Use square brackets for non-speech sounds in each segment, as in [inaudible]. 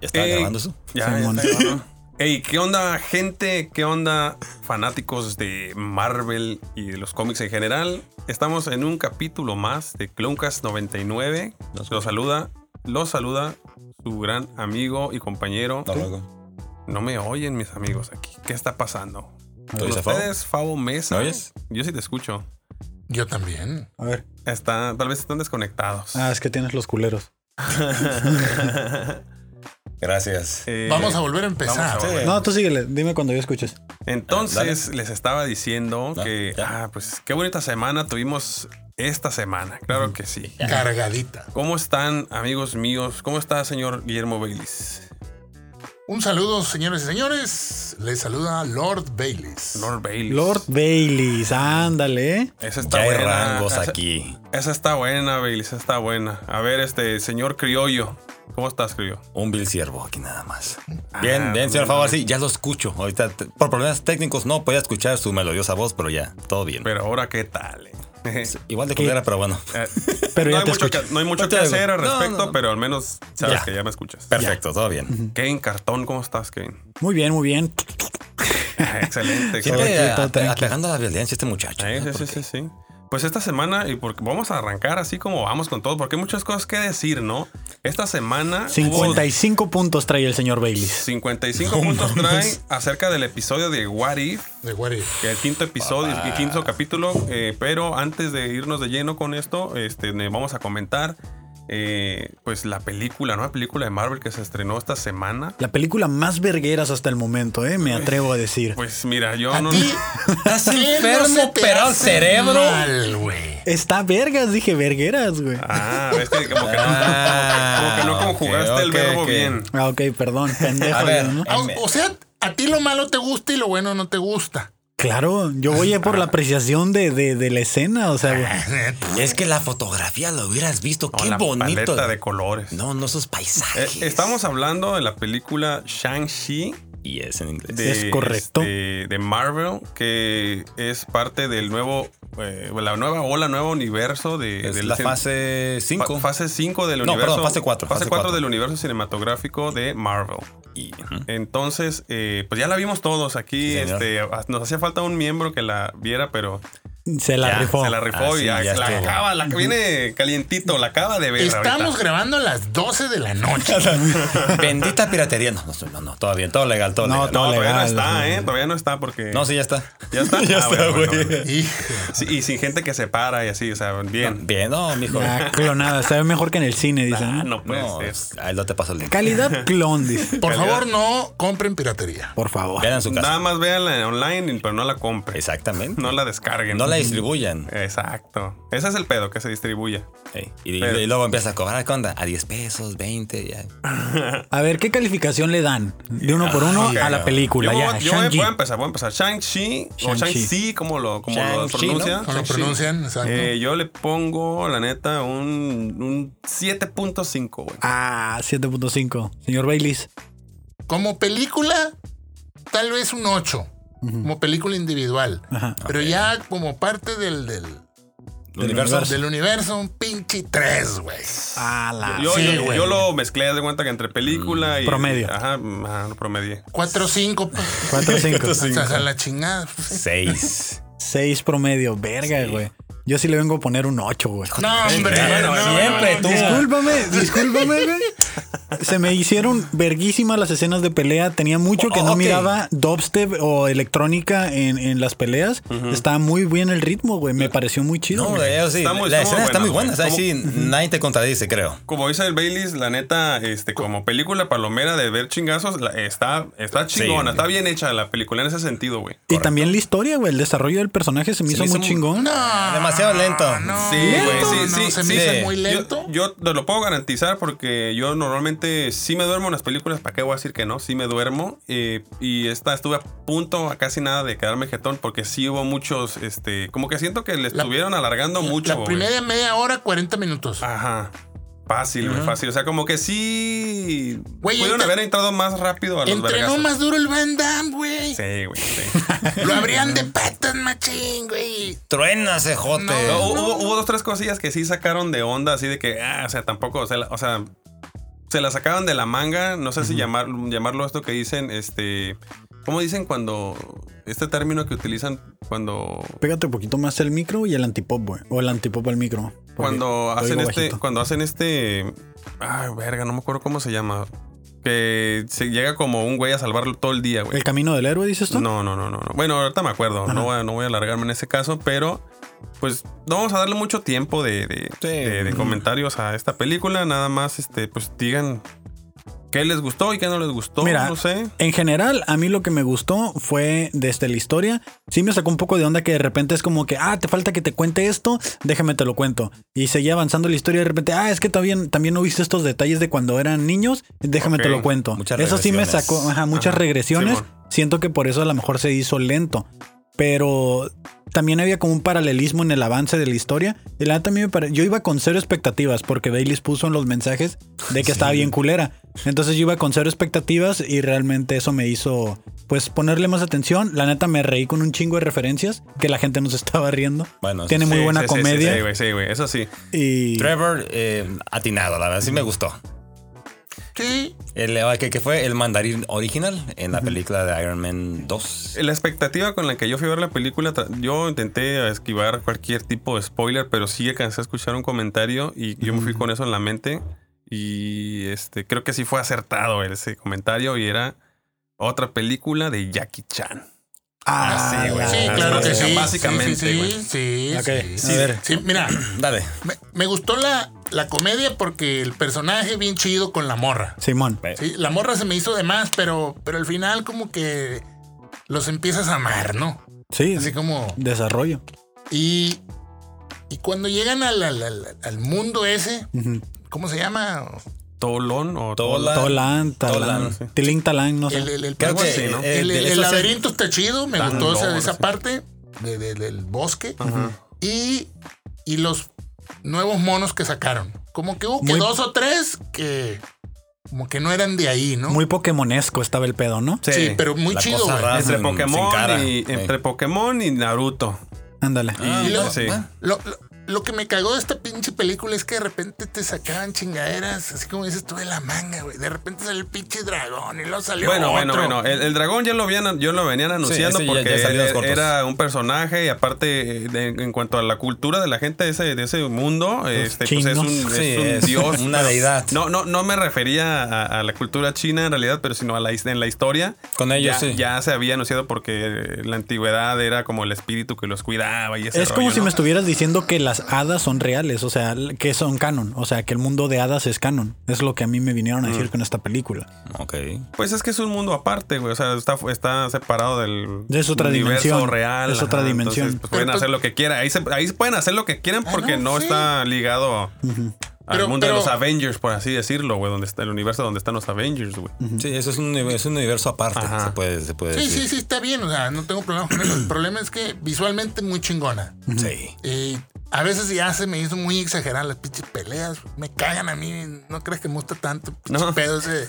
¿Ya estaba Ey, grabando eso? Ya, ya está [laughs] grabando. [laughs] Ey, ¿qué onda, gente? ¿Qué onda, fanáticos de Marvel y de los cómics en general? Estamos en un capítulo más de Cloncast 99. Los, saluda, los saluda su gran amigo y compañero. No, luego. No me oyen mis amigos aquí. ¿Qué está pasando? ¿Tú Con dices, Fabo? ustedes, Fabo Mesa. ¿Me oyes? Yo sí te escucho. Yo también. A ver. Está, tal vez están desconectados. Ah, es que tienes los culeros. [laughs] Gracias. Eh, Vamos a volver a empezar. vamos a- No, tú síguele. Dime cuando yo escuches. Entonces les estaba diciendo Ah, que, ya. ah, pues qué bonita semana tuvimos esta semana. Claro que sí. Cargadita. ¿Cómo están, amigos míos? ¿Cómo está, señor Guillermo Baylis? Un saludo, señores y señores. Les saluda Lord Baileys. Lord Baylis. Lord Baileys, ándale. ¿eh? Esa está Ya hay buena. rangos esa, aquí. esa está buena, Baylis. Esa está buena. A ver, este, señor Criollo. ¿Cómo estás, Criollo? Un vil siervo aquí nada más. Ah, Bien, bien, señor bueno. favor, sí, ya lo escucho. Ahorita, te- por problemas técnicos, no podía escuchar su melodiosa voz, pero ya, todo bien. Pero ahora, ¿qué tal? eh? [laughs] Sí, Igual de culera, pero bueno. Eh, Pero no, ya hay te mucho escucho. que, no hay mucho No que te oigo. hacer al No, no, respecto, no. pero al menos sabes Ya. que ya me escuchas. Perfecto, todo bien. Kevin Cartón, ¿cómo estás, Kevin? Muy bien, muy bien. Ah, Excelente. excelente. Siempre Todo quieto, ate- tranqui. apegando a la violencia este muchacho. Sí, ¿no? sí, Porque sí, sí, sí. Pues esta semana, y porque vamos a arrancar así como vamos con todo, porque hay muchas cosas que decir, ¿no? Esta semana. hubo 55 puntos trae el señor Baileys. [laughs] 55 puntos trae acerca del episodio de What If, De What If. el quinto episodio, el quinto capítulo. eh, pero antes de irnos de lleno con esto, este, ne- vamos a comentar eh, pues la película, ¿no? La película de Marvel que se estrenó esta semana. La película más vergueras hasta el momento, ¿eh? me atrevo a decir. Pues mira, yo A no. ti. Estás ¿qué no [laughs] se enfermo, te pero al hace cerebro. Mal, güey. Está vergas, dije vergueras, güey. Ah, ves que como que no, Ah, como que no ok, conjugaste el ok, verbo ok. bien. Ah, ok, perdón, pendejo. A ver. yo, ¿no? Ah, o- O sea, a ti lo malo te gusta y lo bueno no [laughs] te gusta. Claro, yo voy a por la apreciación de, de- de la escena, o sea, güey. Es que la fotografía lo hubieras visto. No, Qué la bonito. paleta de colores. No, no esos Eh, paisajes. estamos hablando de la película Shang-Chi Y es en inglés. de, Es correcto. este, de Marvel, que es parte del nuevo, eh, la nueva ola, nuevo universo de, Es del la cin- fase fa- 5. fase 5 del No, universo. perdón, fase cuatro, Fase fase 4 cuatro. del universo cinematográfico de Marvel. Y, Entonces, eh, pues ya la vimos todos aquí. Sí, señor. este, nos hacía falta un miembro que la viera, pero se la Ya, rifó. se la rifó Ah, y sí, ya ya la estuvo. acaba, la viene calientito, la acaba de ver. Estamos ahorita. grabando a las 12 de la [laughs] noche. [laughs] Bendita piratería. No, no, no, no, todo bien, todo legal, todo No, legal. No, todo todavía no legal, está, sí. ¿eh? Todavía no está porque. No, sí, ya está. ¿Ya [laughs] está? ya Ah, está, bueno, güey. bueno, [laughs] bueno. Y Sí, y sin gente que se para y así, o sea, bien. Bien, no, mijo. Ya, clonada, se ve mejor que en el cine, dicen. Ah, ¿no? no puede No, ser. ahí no te paso el link. Calidad clon, dice. por favor, no compren piratería. Por favor. Vean en su casa. Nada más véanla online, pero no la compren. Exactamente. No la descarguen. No la distribuyan. Exacto. Ese es el pedo que se distribuya. Ey, y, y- Pero- y luego empiezas a cobrar, ¿qué onda? A 10 pesos, 20, ya. A ver, ¿qué calificación le dan? De uno por uno Ok. a la película. Yo, ya, voy- yo voy, Shang-Chi. voy a empezar, voy a empezar. Shang-Chi o Shang-Chi. Shang-Chi, como lo, como lo Shang-Chi, pronuncia. ¿no? ¿Cómo lo Shang-Chi. pronuncian? Exacto. Eh, yo le pongo, la neta, un, un 7.5, güey. Ah, 7.5. Señor Baileys. Como película, tal vez un 8. Como película individual. Ajá. Pero ya como parte del, del, El universo. del universo, un pinche 3, güey. Ah, la. Yo, Sí, yo- güey. yo lo mezclé haz de cuenta que entre película y. Promedio. Ajá, ajá, lo promedié. 4, 5. [laughs] 4.5. Hasta la chingada. [laughs] 6. 6 promedio. Verga, güey. Yo sí le vengo a poner un 8, güey. No, hombre. Bueno, no, siempre no, tú. Discúlpame, discúlpame, güey. Se me hicieron verguísimas las escenas de pelea. Tenía mucho que O- no ok. miraba dubstep o electrónica en, en las peleas. Estaba muy bien el ritmo, güey. Me pareció muy chido. No, güey. eh, sí, Está muy- la estuvo escena está buena, muy buena. güey. o sea, sí, nadie te contradice, creo. Como dice el Baileys, la neta, este, como película palomera de ver chingazos, la- está, está chingona, Sí. está bien hecha la película en ese sentido, güey. Y también la historia, güey. El desarrollo del personaje se me hizo me hizo muy muy- chingón. No. Demasiado lento. Ah, No, Sí, güey. güey, sí, no, sí, Se sí. me hizo Sí. muy Yo- lento. Yo, te lo puedo garantizar porque yo normalmente sí me duermo en las películas. ¿Para qué voy a decir que no? Sí me duermo. eh, y esta estuve a punto a casi nada de quedarme jetón porque sí hubo muchos, este, como que siento que le La- estuvieron alargando mucho. la güey. Ah, primera media hora, 40 minutos. Ajá. Fácil, güey, fácil. O sea, como que sí. Güey, pudieron entre- haber entrado más rápido a los Entrenó vergazos. más duro el Van Damme, güey. Sí, güey. [laughs] Sí. Lo abrían de patas, machín, güey. Truena, cejote. No, hubo, hubo dos, tres cosillas que sí sacaron de onda, así de que, ah, o sea, tampoco, o sea, la- o sea, se, se la sacaban de la manga, no sé si llamar, llamarlo esto que dicen, este, ¿cómo dicen cuando este término que utilizan cuando Pégate un poquito más el micro y el antipop, güey. O el antipop al micro. porque cuando lo hacen digo este, bajito. cuando hacen este, ay, verga, no me acuerdo cómo se llama, que se llega como un güey a salvarlo todo el día, güey. ¿El camino del héroe dices tú? No, no, no, no, no. Bueno, ahorita me acuerdo. No voy, a, no voy a alargarme en ese caso, pero pues no vamos a darle mucho tiempo de, de- Sí. de- de comentarios a esta película. Nada más, este, pues digan qué les gustó y qué no les gustó. Mira, no sé. En general, a mí lo que me gustó fue desde la historia. Sí me sacó un poco de onda que de repente es como que, ah, te falta que te cuente esto, déjame te lo cuento. Y seguía avanzando la historia y de repente, ah, es que también, también no viste estos detalles de cuando eran niños, déjame Ok, te lo cuento. muchas eso sí me regresiones. sacó ajá, muchas Ajá, regresiones. Simón. Siento que por eso a lo mejor se hizo lento. Pero también había como un paralelismo en el avance de la historia. Y la neta a mí me pare- Yo iba con cero expectativas porque Baileys puso en los mensajes de que estaba bien culera. Entonces yo iba con cero expectativas y realmente eso me hizo pues ponerle más atención. La neta me reí con un chingo de referencias que la gente nos [laughs] estaba riendo. Bueno, eso Tiene sí. muy buena sí, sí, comedia. Sí, güey, sí, güey, eso sí. Y Trevor eh, atinado, la verdad, sí me gustó. Sí, El eh, que, que fue el mandarín original en la película de Iron Man 2. Eh, La expectativa con la que yo fui a ver la película, tra- yo intenté esquivar cualquier tipo de spoiler, pero sí alcancé a escuchar un comentario y yo me fui con eso en la mente. Y este, creo que sí fue acertado ese comentario y era otra película de Jackie Chan. ah, sí, güey. la- sí, Ah, claro que básica- sí. básicamente, sí, güey. sí, sí, Ok, sí. a ver. Sí, mira, Dale. me, me gustó la, la comedia porque el personaje bien chido con la morra. Simón. Sí, la morra se me hizo de más, pero, pero al final como que los empiezas a amar, ¿no? Sí, Así como... desarrollo. Y, y cuando llegan al, al- al- al mundo ese, Ujú. ¿cómo se llama? Tolón o Tola. Tolan, Talán, Tolan, sí. Tiling Talán, no sé. El, el- el- Creo Algo que, así, ¿no? eh, el- de el eso sí- laberinto está chido, me Tan gustó esa, lobo, esa sí. parte de- de- del bosque. Ajá. Y, y los nuevos monos que sacaron. Como que hubo que Muy- dos o tres que como que no eran de ahí, ¿no? Muy pokemonesco estaba el pedo, ¿no? sí, pero muy la chido, cosa güey. rara. Entre Sin- Pokémon, sin cara. y, Sí. entre Pokémon y Naruto. Ándale. Ah, Y- bueno, sí. bueno. Lo, lo- lo que me cagó de esta pinche película es que de repente te sacaban chingaderas, así como dices tú de la manga, güey. De repente salió el pinche dragón y luego salió Bueno, otro. bueno, bueno. eh, El, el dragón ya lo, habían, yo lo venían anunciando ese ya- ya porque salió en los era- cortos. era un personaje y aparte eh, de- en cuanto a la cultura de la gente de ese, de ese mundo, este, pues es chinos. un, es Sí, un es dios. una pero- deidad. No, no, no me refería a, a la cultura china en realidad, pero sino a la, his- en la historia. Con ellos, ya, sí. ya se había anunciado porque en la antigüedad era como el espíritu que los cuidaba y ese Es como rollo, si ¿no? me estuvieras diciendo que las hadas son reales, o sea, que son canon, o sea, que el mundo de hadas es canon. Es lo que a mí me vinieron a decir con esta película. Ah, Ok. Pues es que es un mundo aparte, güey. O sea, está, está separado del Ya es otra universo dimensión. real. Es otra dimensión. Entonces, pues, pueden Pero, hacer lo que quieran. Ahí, se- ahí pueden hacer lo que quieran Ah, porque no, no sí. está ligado al Pero- mundo pero- de los Avengers, por así decirlo, güey. Donde está el universo donde están los Avengers, güey. Sí, eso es un, univer- es un universo aparte. Ajá. Se puede, se puede Sí, sí, decir. sí, está bien. O sea, no tengo problema con eso. El problema es que visualmente muy chingona. Sí. Y a veces ya se me hizo muy exagerada las pinches peleas. Me cagan a mí. No crees que me gusta tanto. pinche No. pedo ese de-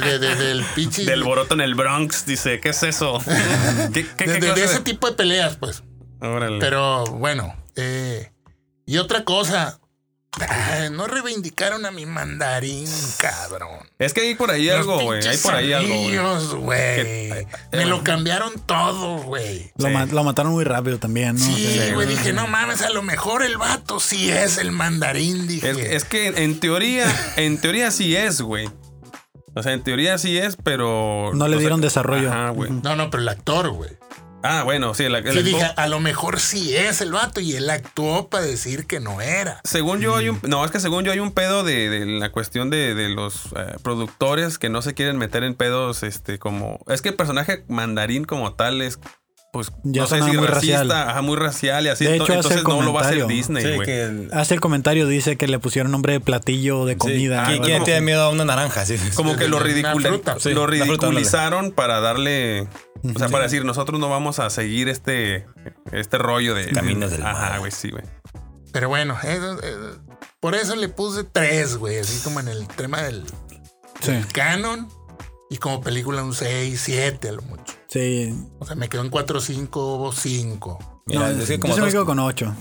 de- de- del pinche. Del boroto en el Bronx, dice. ¿Qué es [laughs] eso? ¿Qué, qué- qué de- de- clase de ese de- tipo de peleas, pues. Órale. Pero bueno, eh, y otra cosa, ah, no reivindicaron a mi mandarín, cabrón. es que hay por ahí Los algo, güey. Hay pinches por ahí algo, güey. anillos, Que- güey. eh, Me eh, lo cambiaron todo, güey. Lo, ma- lo mataron muy rápido también, ¿no? O Sí, sea, güey, dije, no mames, a lo mejor el vato sí es el mandarín, dije. Es, es que en teoría, en teoría sí es, güey. O sea, en teoría sí es, pero. No le o sea, dieron desarrollo. Ajá, güey. No, no, pero el actor, güey. Ah, bueno, sí, el, el Sí, actor- dije, a lo mejor sí es el vato y él actuó para decir que no era. Según yo hay un. No, es que según yo hay un pedo de, de la cuestión de, de los eh, productores que no se quieren meter en pedos, este, como. Es que el personaje mandarín como tal es. Pues Ya no sé suena si muy racista, racial. ajá, muy racial y así. De hecho, ento- hace entonces el no lo va a hacer comentario. Disney, güey. Hace el comentario, dice que le pusieron nombre de platillo, de comida. Ah, ¿Qui- o ¿Quién algo. tiene miedo a una naranja? Sí. Como que lo, Una ridicula- fruta. Sí, lo una fruta, ándale. ridiculizaron para darle. O sea, para decir, nosotros no vamos a seguir este, este rollo de. Caminos del Ajá, mal. güey, sí, güey. Pero bueno, eso, eh, por eso le puse tres, güey. Así como en el tema del, Sí, canon y como película un 6, 7 a lo mucho. sí. O sea, me quedó en 4, 5, 5. Mira, No, Ah, es que yo como se me todos- quedo con ocho.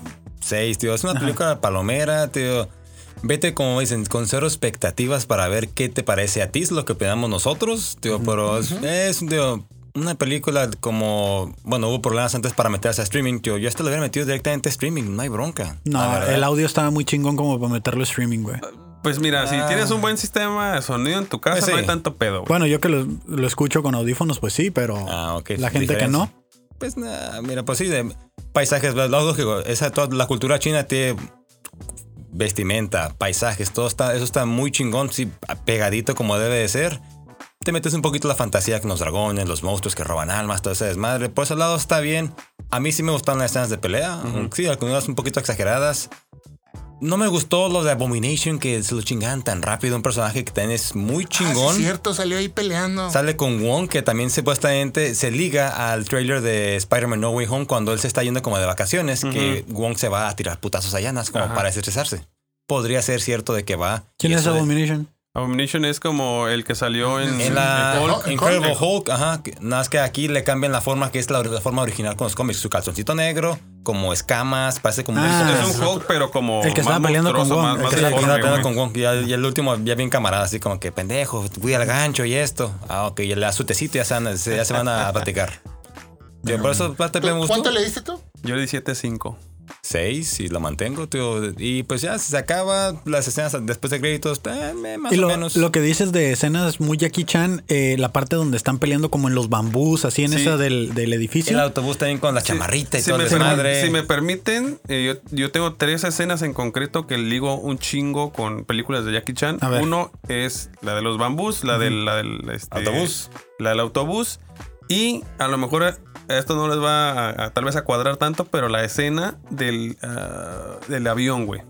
seis, tío. Es una película palomera, tío. Vete, como dicen, con cero expectativas para ver qué te parece a ti, es lo que opinamos nosotros. Tío, pero es, es, tío, una película como. Bueno, hubo problemas antes para meterse a streaming, tío. Yo hasta lo hubiera metido directamente a streaming, no hay bronca. la No, Ah, verdad. el audio estaba muy chingón como para meterlo a streaming, güey. Pues mira, Ah. si tienes un buen sistema de sonido en tu casa, Pues sí. no hay tanto pedo, güey. Bueno, yo que lo, lo escucho con audífonos, pues sí, pero Ah, ok, la gente que diferencia. no. Pues nada, mira, pues sí, de paisajes, lo lógico, esa, toda la cultura china tiene vestimenta, paisajes, todo está, eso está muy chingón, sí, pegadito como debe de ser. Te metes un poquito la fantasía con los dragones, los monstruos que roban almas, todo ese desmadre. Por ese lado está bien. A mí sí me gustaron las escenas de pelea, aunque sí, algunas un poquito exageradas. No me gustó lo de Abomination, que se lo chingaban tan rápido, un personaje que también es muy Ah, chingón. sí, cierto, salió ahí peleando. Sale con Wong, que también supuestamente se liga al trailer de Spider-Man No Way Home cuando él se está yendo como de vacaciones, que Wong se va a tirar putazos a llanas como para estresarse. Podría ser cierto de que va. ¿Quién y es eso de- Abomination? Abomination es como el que salió Ah, en, En la en Hulk. Hulk. Incredible Hulk, ajá, que- nada más que aquí le cambian la forma que es la, la forma original con los cómics. Su calzoncito negro, como escamas, parece como Ah, un- Es un Hulk, pero como. El que más estaba peleando con Wong, monstruoso, más- el más Que Sí, se deforme, termina peleando güey. con Wong, ya- Y, el último, ya bien camarada, así como que pendejo, voy al gancho y esto. Ah, ok, ya le das su tecito y ya se van, se- ya se [laughs] van a platicar. Yo por eso parte ¿Tú- me gustó. ¿Cuánto le diste tú? Yo le di 7.5. Seis y la mantengo, tío. Y pues ya se acaba las escenas después de créditos, eh, me- más Y o lo, menos. lo que dices de escenas muy Jackie Chan, eh, la parte donde están peleando como en los bambús, así en Sí. esa del, del el edificio. autobús también con la chamarrita y Si todo me el permi- desmadre. Si me permiten, eh, yo, yo tengo tres escenas en concreto que ligo un chingo con películas de Jackie Chan. A ver. Uno es la de los bambús, la del, la del, este, Autobús. La del autobús. Y a lo mejor a- a esto no les va a, a- tal vez a cuadrar tanto, pero la escena del, ah, del avión, güey.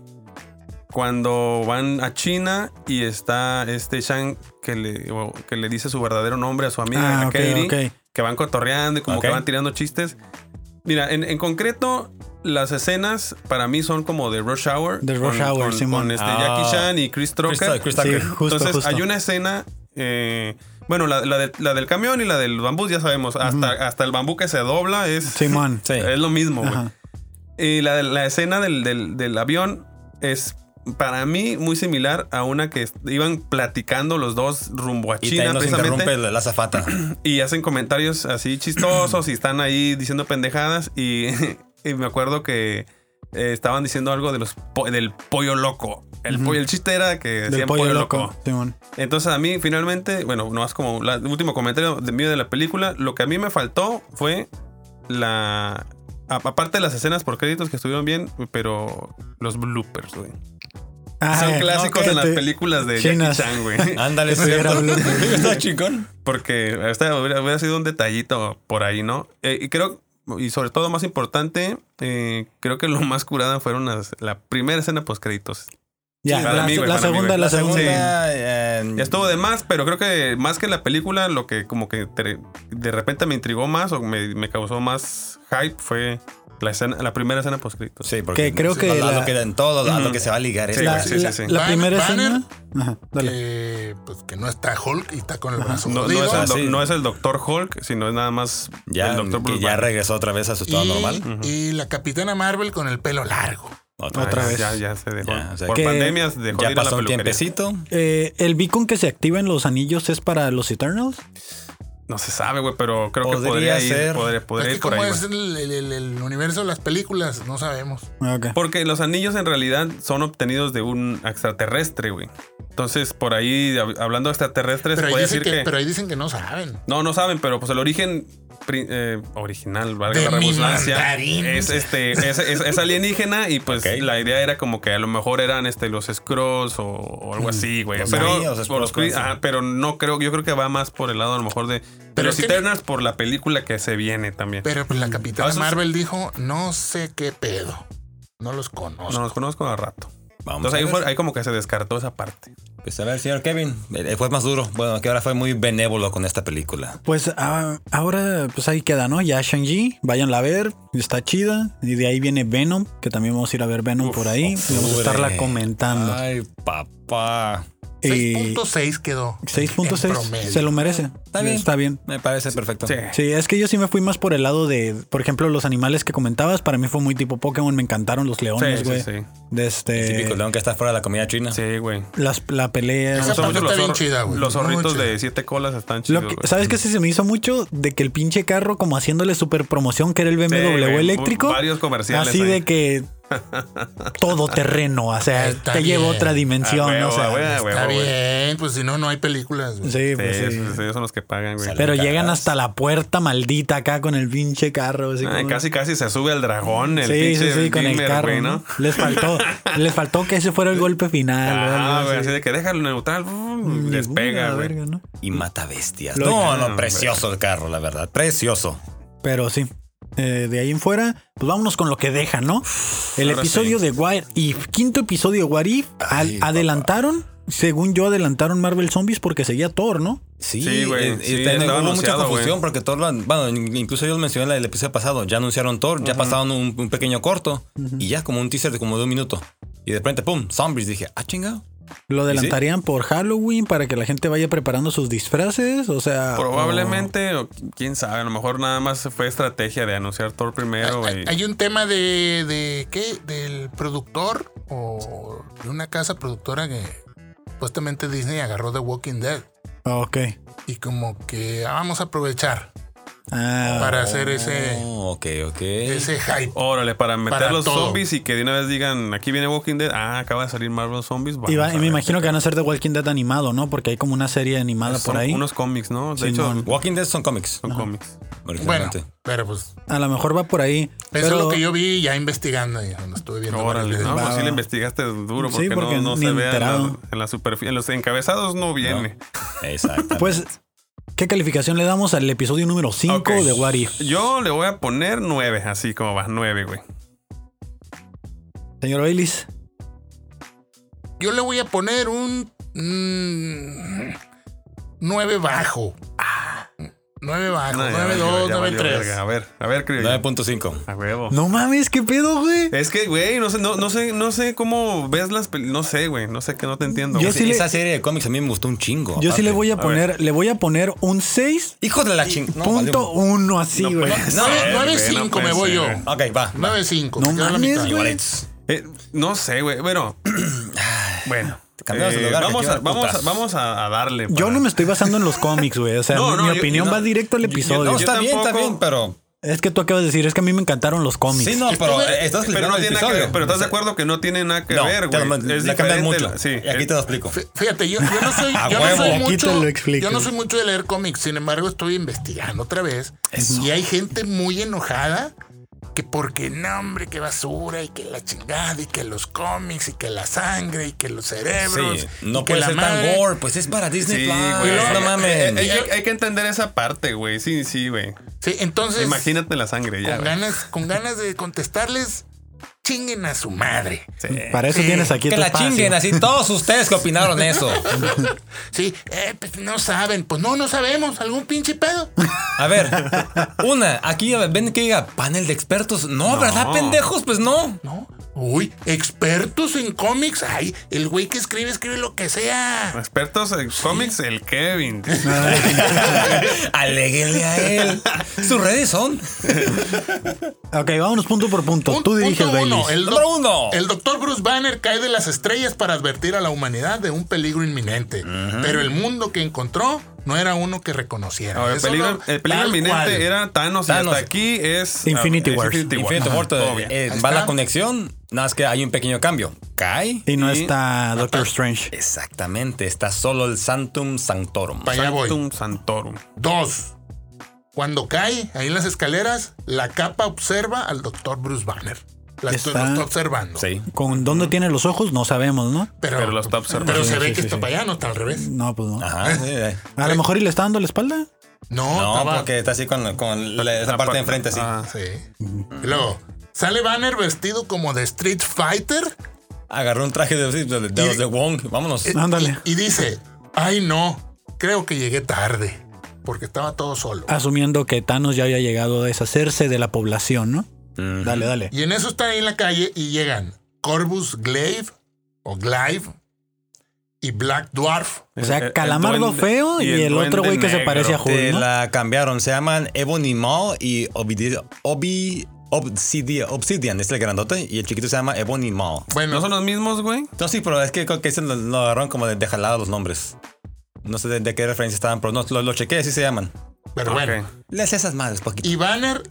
Cuando van a China y está este Shang que le, o que le dice su verdadero nombre a su amiga Ah, a ok, Katie, ok. que van cotorreando y como Ok. que van tirando chistes. Mira, en, en concreto, las escenas para mí son como de Rush Hour. De Rush con- Hour, con, Simón. con este Ah. Jackie Chan y Chris Tucker. Chris Tucker, Chris Sí, Tucker. justo, Entonces, justo. hay una escena. eh, bueno, la, la de- la del camión y la del bambú, ya sabemos. Hasta, hasta el bambú que se dobla es, Simón. Sí. es lo mismo, güey. Ajá. Y la, la escena del, del- del avión es para mí muy similar a una que iban platicando los dos rumbo a y China. también nos precisamente interrumpe la, [laughs] la zafata. y hacen comentarios así chistosos y están ahí diciendo pendejadas y, [laughs] y me acuerdo que eh, estaban diciendo algo de los po- del pollo loco. El, pollo, el chiste era que Del decían pollo, loco. Simón. Entonces a mí finalmente, bueno, no es como la- el último comentario de mío de la película, lo que a mí me faltó fue la... a- Aparte de las escenas por créditos que estuvieron bien, pero los bloopers, güey. Son Ah, clásicos ok. en las películas de Chinas. Jackie [laughs] Chan, güey. Ándale, es Eso ya era cierto. [laughs] un loco. Está chingón. Porque esta hubiera, hubiera sido un detallito por ahí, ¿no? Eh, y creo, y sobre todo más importante, eh, creo que lo [laughs] más curada fueron las, la primera escena post créditos. Ya, Sí, para la, mí, güey, la para mí, segunda, güey. la La segunda. segunda. eh, Ya estuvo de más, pero creo que más que la película, lo que como que te- de repente me intrigó más o me, me causó más hype fue la escena, la primera escena post créditos. Sí, porque Que creo a- que a, la- lo que en todo, a lo que se va a ligar. es Sí, La, güey, sí, la- sí, sí. la Ban- primera Banner. escena. Ajá, dale. Que, pues, que no está Hulk y está con el brazo No, no jodido. es el doc- sí. no es el Doctor Hulk, sino es nada más Ya, el Doctor que Bruce ya Banner. regresó otra vez a su estado y, normal. y la capitana Marvel con el pelo largo. Ah, otra ya- vez. Ya, ya se dejó. Ya, o sea, Por que- pandemias dejó de Ya ir a la pasó un peluquería. tiempecito. Eh, el beacon que se activa en los anillos es para los Eternals. No se sabe, güey, pero creo que Podría podría ir, ser. podría, podría Es ir que por como ahí. güey. es el, el- el- el universo de las películas, no sabemos. Ok. Porque los anillos en realidad son obtenidos de un extraterrestre, güey. Entonces, por ahí, hab- hablando de extraterrestres, Pero ahí, puede dicen decir que, que... pero ahí dicen que no saben. No, no saben, pero pues el origen pri- eh, original, valga De la mi redundancia, mandarín. es, este, es, es- es alienígena y pues Ok. la idea era como que a lo mejor eran este, los Skrulls o, o algo así, güey. Hmm. Los Pero, Kree, los o los Skrulls, Kree, ajá, pero no creo, yo creo que va más por el lado a lo mejor de, de Pero los es que- Eternals por la película que se viene también. Pero pues la capitana Ah, eso es- Marvel dijo, no sé qué pedo. No los No conozco. los conozco a rato. Vamos Entonces a ahí, ver. fue- ahí como que se descartó esa parte. Pues a ver, señor Kevin, eh, fue más duro. Bueno, que ahora fue muy benévolo con esta película. Pues ah, ahora pues ahí queda, ¿no? Ya Shang-Chi, váyanla a ver, está chida. Y de ahí viene Venom, que también vamos a ir a ver Venom por ahí. y vamos a estarla Ure. comentando. Ay, papá. Y 6.6 quedó. en 6.6 promedio. se lo merece. Está bien. Está bien. Me parece perfecto. Sí. Sí, es que yo sí me fui más por el lado de, por ejemplo, los animales que comentabas, para mí fue muy tipo Pokémon, me encantaron los leones, Sí, sí, güey. sí. De este Típico león que está fuera de la comida china. Sí, güey. las la Esa pelea. parte mucho está bien zorr- chida, güey. Los Muy zorritos chida. de siete colas están Lo chidos. que- güey. ¿Sabes qué sí se me hizo mucho? De que el pinche carro, como haciéndole super promoción, que era el BMW Sí, güey, eléctrico. varios comerciales Así ahí. de [laughs] que todo terreno, o sea, Está te lleva a bien. otra dimensión, Ah, o sea. güey, güey, Está güey, güey. bien, pues si no, no hay películas. güey. Sí, pues, Sí, sí. sí, sí, ellos son los que pagan, güey. Pero llegan Carras. hasta la puerta maldita acá con el pinche carro. Así Ay, como- Ah, casi, casi se sube al dragón, el sí, sí, pinche sí, con el Dimmer, carro. güey, ¿no? Les faltó, les faltó que ese fuera el golpe final. o Ah, algo güey, así. así de que déjalo Mm, neutral, brum, Y, despega, la güey. verga, ¿no? Y mata bestias. Lo- No, Ah, no, precioso el carro, la verdad. Precioso. Pero sí. eh, de ahí en fuera, pues vámonos con lo que deja, ¿no? El Ahora episodio de What If, quinto episodio de What If, al- Ay, adelantaron, según yo, adelantaron Marvel Zombies porque seguía Thor, ¿no? Sí, Sí, güey, eh, sí, y también estaba hubo mucha anunciado, confusión güey. porque Thor, lo- bueno, incluso yo lo mencioné en el episodio pasado, ya anunciaron Thor, ya pasaron un, un pequeño corto y ya como un teaser de como de un minuto. Y de repente, pum, zombies, dije, ah, chingado. Lo adelantarían por Halloween para que la gente vaya preparando sus disfraces, o sea... Probablemente, o qui- quién sabe, a lo mejor nada más fue estrategia de anunciar Thor primero, Hay- güey. Hay, hay un tema de, de qué, del productor o de una casa productora que supuestamente Disney agarró The Walking Dead o- oh, ok. y como que ah, vamos a aprovechar Ah, para hacer ese Oh, ok, ok. ese hype. Órale, para meter Para los todo. zombies y que de una vez digan, aquí viene Walking Dead, ah, acaba de salir Marvel Zombies. y va- y vamos a me ver. imagino que van a ser de Walking Dead animado, ¿no? Porque hay como una serie animada Son por ahí. unos cómics, ¿no? De hecho, Simón. Walking Dead son cómics, son cómics. Oh, Bueno, originalmente. pero pues A lo mejor va por ahí. eso pero- es lo que yo vi ya investigando y cuando estuve viendo. Órale, varias no, veces. pues Va. sí le investigaste duro Sí, porque, porque no, no ni se ve en la, enterado. en la superficie, en los encabezados no viene. [laughs] Exacto. Pues, ¿qué calificación le damos al episodio número 5 Ok. de What If? Yo le voy a poner nueve, así como va, nueve, güey. Señor Baileys, Yo le voy a poner un 9 bajo. 9 bajo, No, ya 9 valió, 2, ya 9 valió, 3. verga. A ver, a ver, creo 9.5. A huevo. pues, no mames, qué pedo, güey. Es que, güey, no sé, no, no sé, no sé cómo ves las pel- No sé, güey. No sé que no te entiendo. Yo güey. Ese- sí le- Esa serie de cómics a mí me gustó un chingo. Yo sí le voy a ver. poner, le voy a poner un 6.1 Hijo de la chingada. así, No güey. puede No, ser, nueve güey, cinco puede me voy ser, yo. güey. Ok, va. 9 5. No mames, güey. Igualitos. Eh, no sé, güey. [clears throat] Bueno. bueno. Cambiamos de Eh, lugar, que vamos, aquí a, va vamos, a, putas. vamos a a darle. Yo para- no me estoy basando en los cómics, güey. O sea, No, mi- no, mi yo- opinión no. va directo al Yo- yo- episodio. No, Yo está bien, está tampoco- bien, pero. Es que tú acabas de decir, es que a mí me encantaron los cómics. Sí, no, pero Estuve- eh, estás Pero explicando no el tiene nada que ver. episodio. Pero estás de acuerdo que no tiene nada que No, ver, te güey. lo- Es la cambian diferente mucho. la- Sí. Y aquí es- te lo explico. Fí- Fíjate, yo, yo no soy, A yo no huevo. soy Aquí te lo mucho, explico. yo no soy mucho de leer cómics, sin embargo estoy investigando otra vez y hay gente muy enojada que porque no hombre, que basura y que la chingada y que los cómics y que la sangre y que los cerebros, Sí, y no que puede la ser tan madre. gore, pues es para Sí, Disney Plus. güey. No mames. Eh, eh, hay, hay que entender esa parte, güey. Sí, sí, güey. Sí, Pues, entonces Imagínate la sangre ya, con güey. ganas, con ganas de contestarles, chinguen a su madre. Sí. Para eso Sí. tienes aquí que tu la espacio. chinguen así todos ustedes que opinaron eso. [laughs] Sí, eh, pues no saben, pues no, no sabemos, algún pinche [laughs] pedo. A ver, una, aquí ven que diga panel de expertos. No, ¿verdad, pendejos? Pues [laughs] no. ¿No? Uy, expertos en cómics. Ay, el güey que escribe, escribe lo que sea. Expertos en cómics, el Kevin. [laughs] Aléguenle a él. Sus redes son. Ok, vámonos punto por punto. Pun- Tú diriges, punto uno, Baileys. el, Número doc- uno. el doctor Bruce Banner cae de las estrellas para advertir a la humanidad de un peligro inminente. Pero el mundo que encontró no era uno que reconociera. No, el Eso peligro, no- el peligro tal cual. inminente era Thanos, y Thanos. hasta aquí es Infinity ah, es War. Infinity War. Infinito Ajá, Muerto. obvio. eh, Ahí va está. la conexión. Nada más que hay un pequeño cambio. Cae. Y no y- está Doctor Strange. Exactamente. Está solo el Santum Sanctorum. Pa' allá voy. Sanctum Santorum. Dos. Cuando cae ahí en las escaleras, la capa observa al doctor Bruce Banner. La estoy- Está- lo está observando. Sí. Con dónde tiene los ojos, no sabemos, ¿no? Pero, Pero lo está observando. pero se Sí, ve sí, que sí, está sí. para allá, no está al revés. No, pues no. Ajá. sí, eh. A lo mejor y le está dando la espalda. No, No, estaba- porque está así con, con la- esa parte de enfrente así. Ah, Sí. Y luego, sale Banner vestido como de Street Fighter Agarró un traje de, de, de- de los de Wong. eh, Vámonos. Este, Ándale. y dice, ay no, creo que llegué tarde, porque estaba todo solo. Ah. Asumiendo que Thanos ya había llegado a deshacerse de la población, ¿no? Dale, dale. Y en eso están ahí en la calle y llegan Corvus Glaive o Glaive y Black Dwarf. O El- sea, el Calamardo duende- Feo y, y el el otro duende güey que se negro. parece a Te Hulk, ¿no? la cambiaron. Se llaman Ebony Maw y Obidi- Obi- Obsidian. Obsidian es el grandote y el chiquito se llama Ebony Maw. Bueno, ¿No son los mismos, güey? No, sí, pero es que creo que se lo, lo agarraron como de, de jalado los nombres. No sé de, de qué referencia estaban, pero no, lo, lo chequé, así se llaman. pero Ok. bueno. Les esas madres, poquito. Y Banner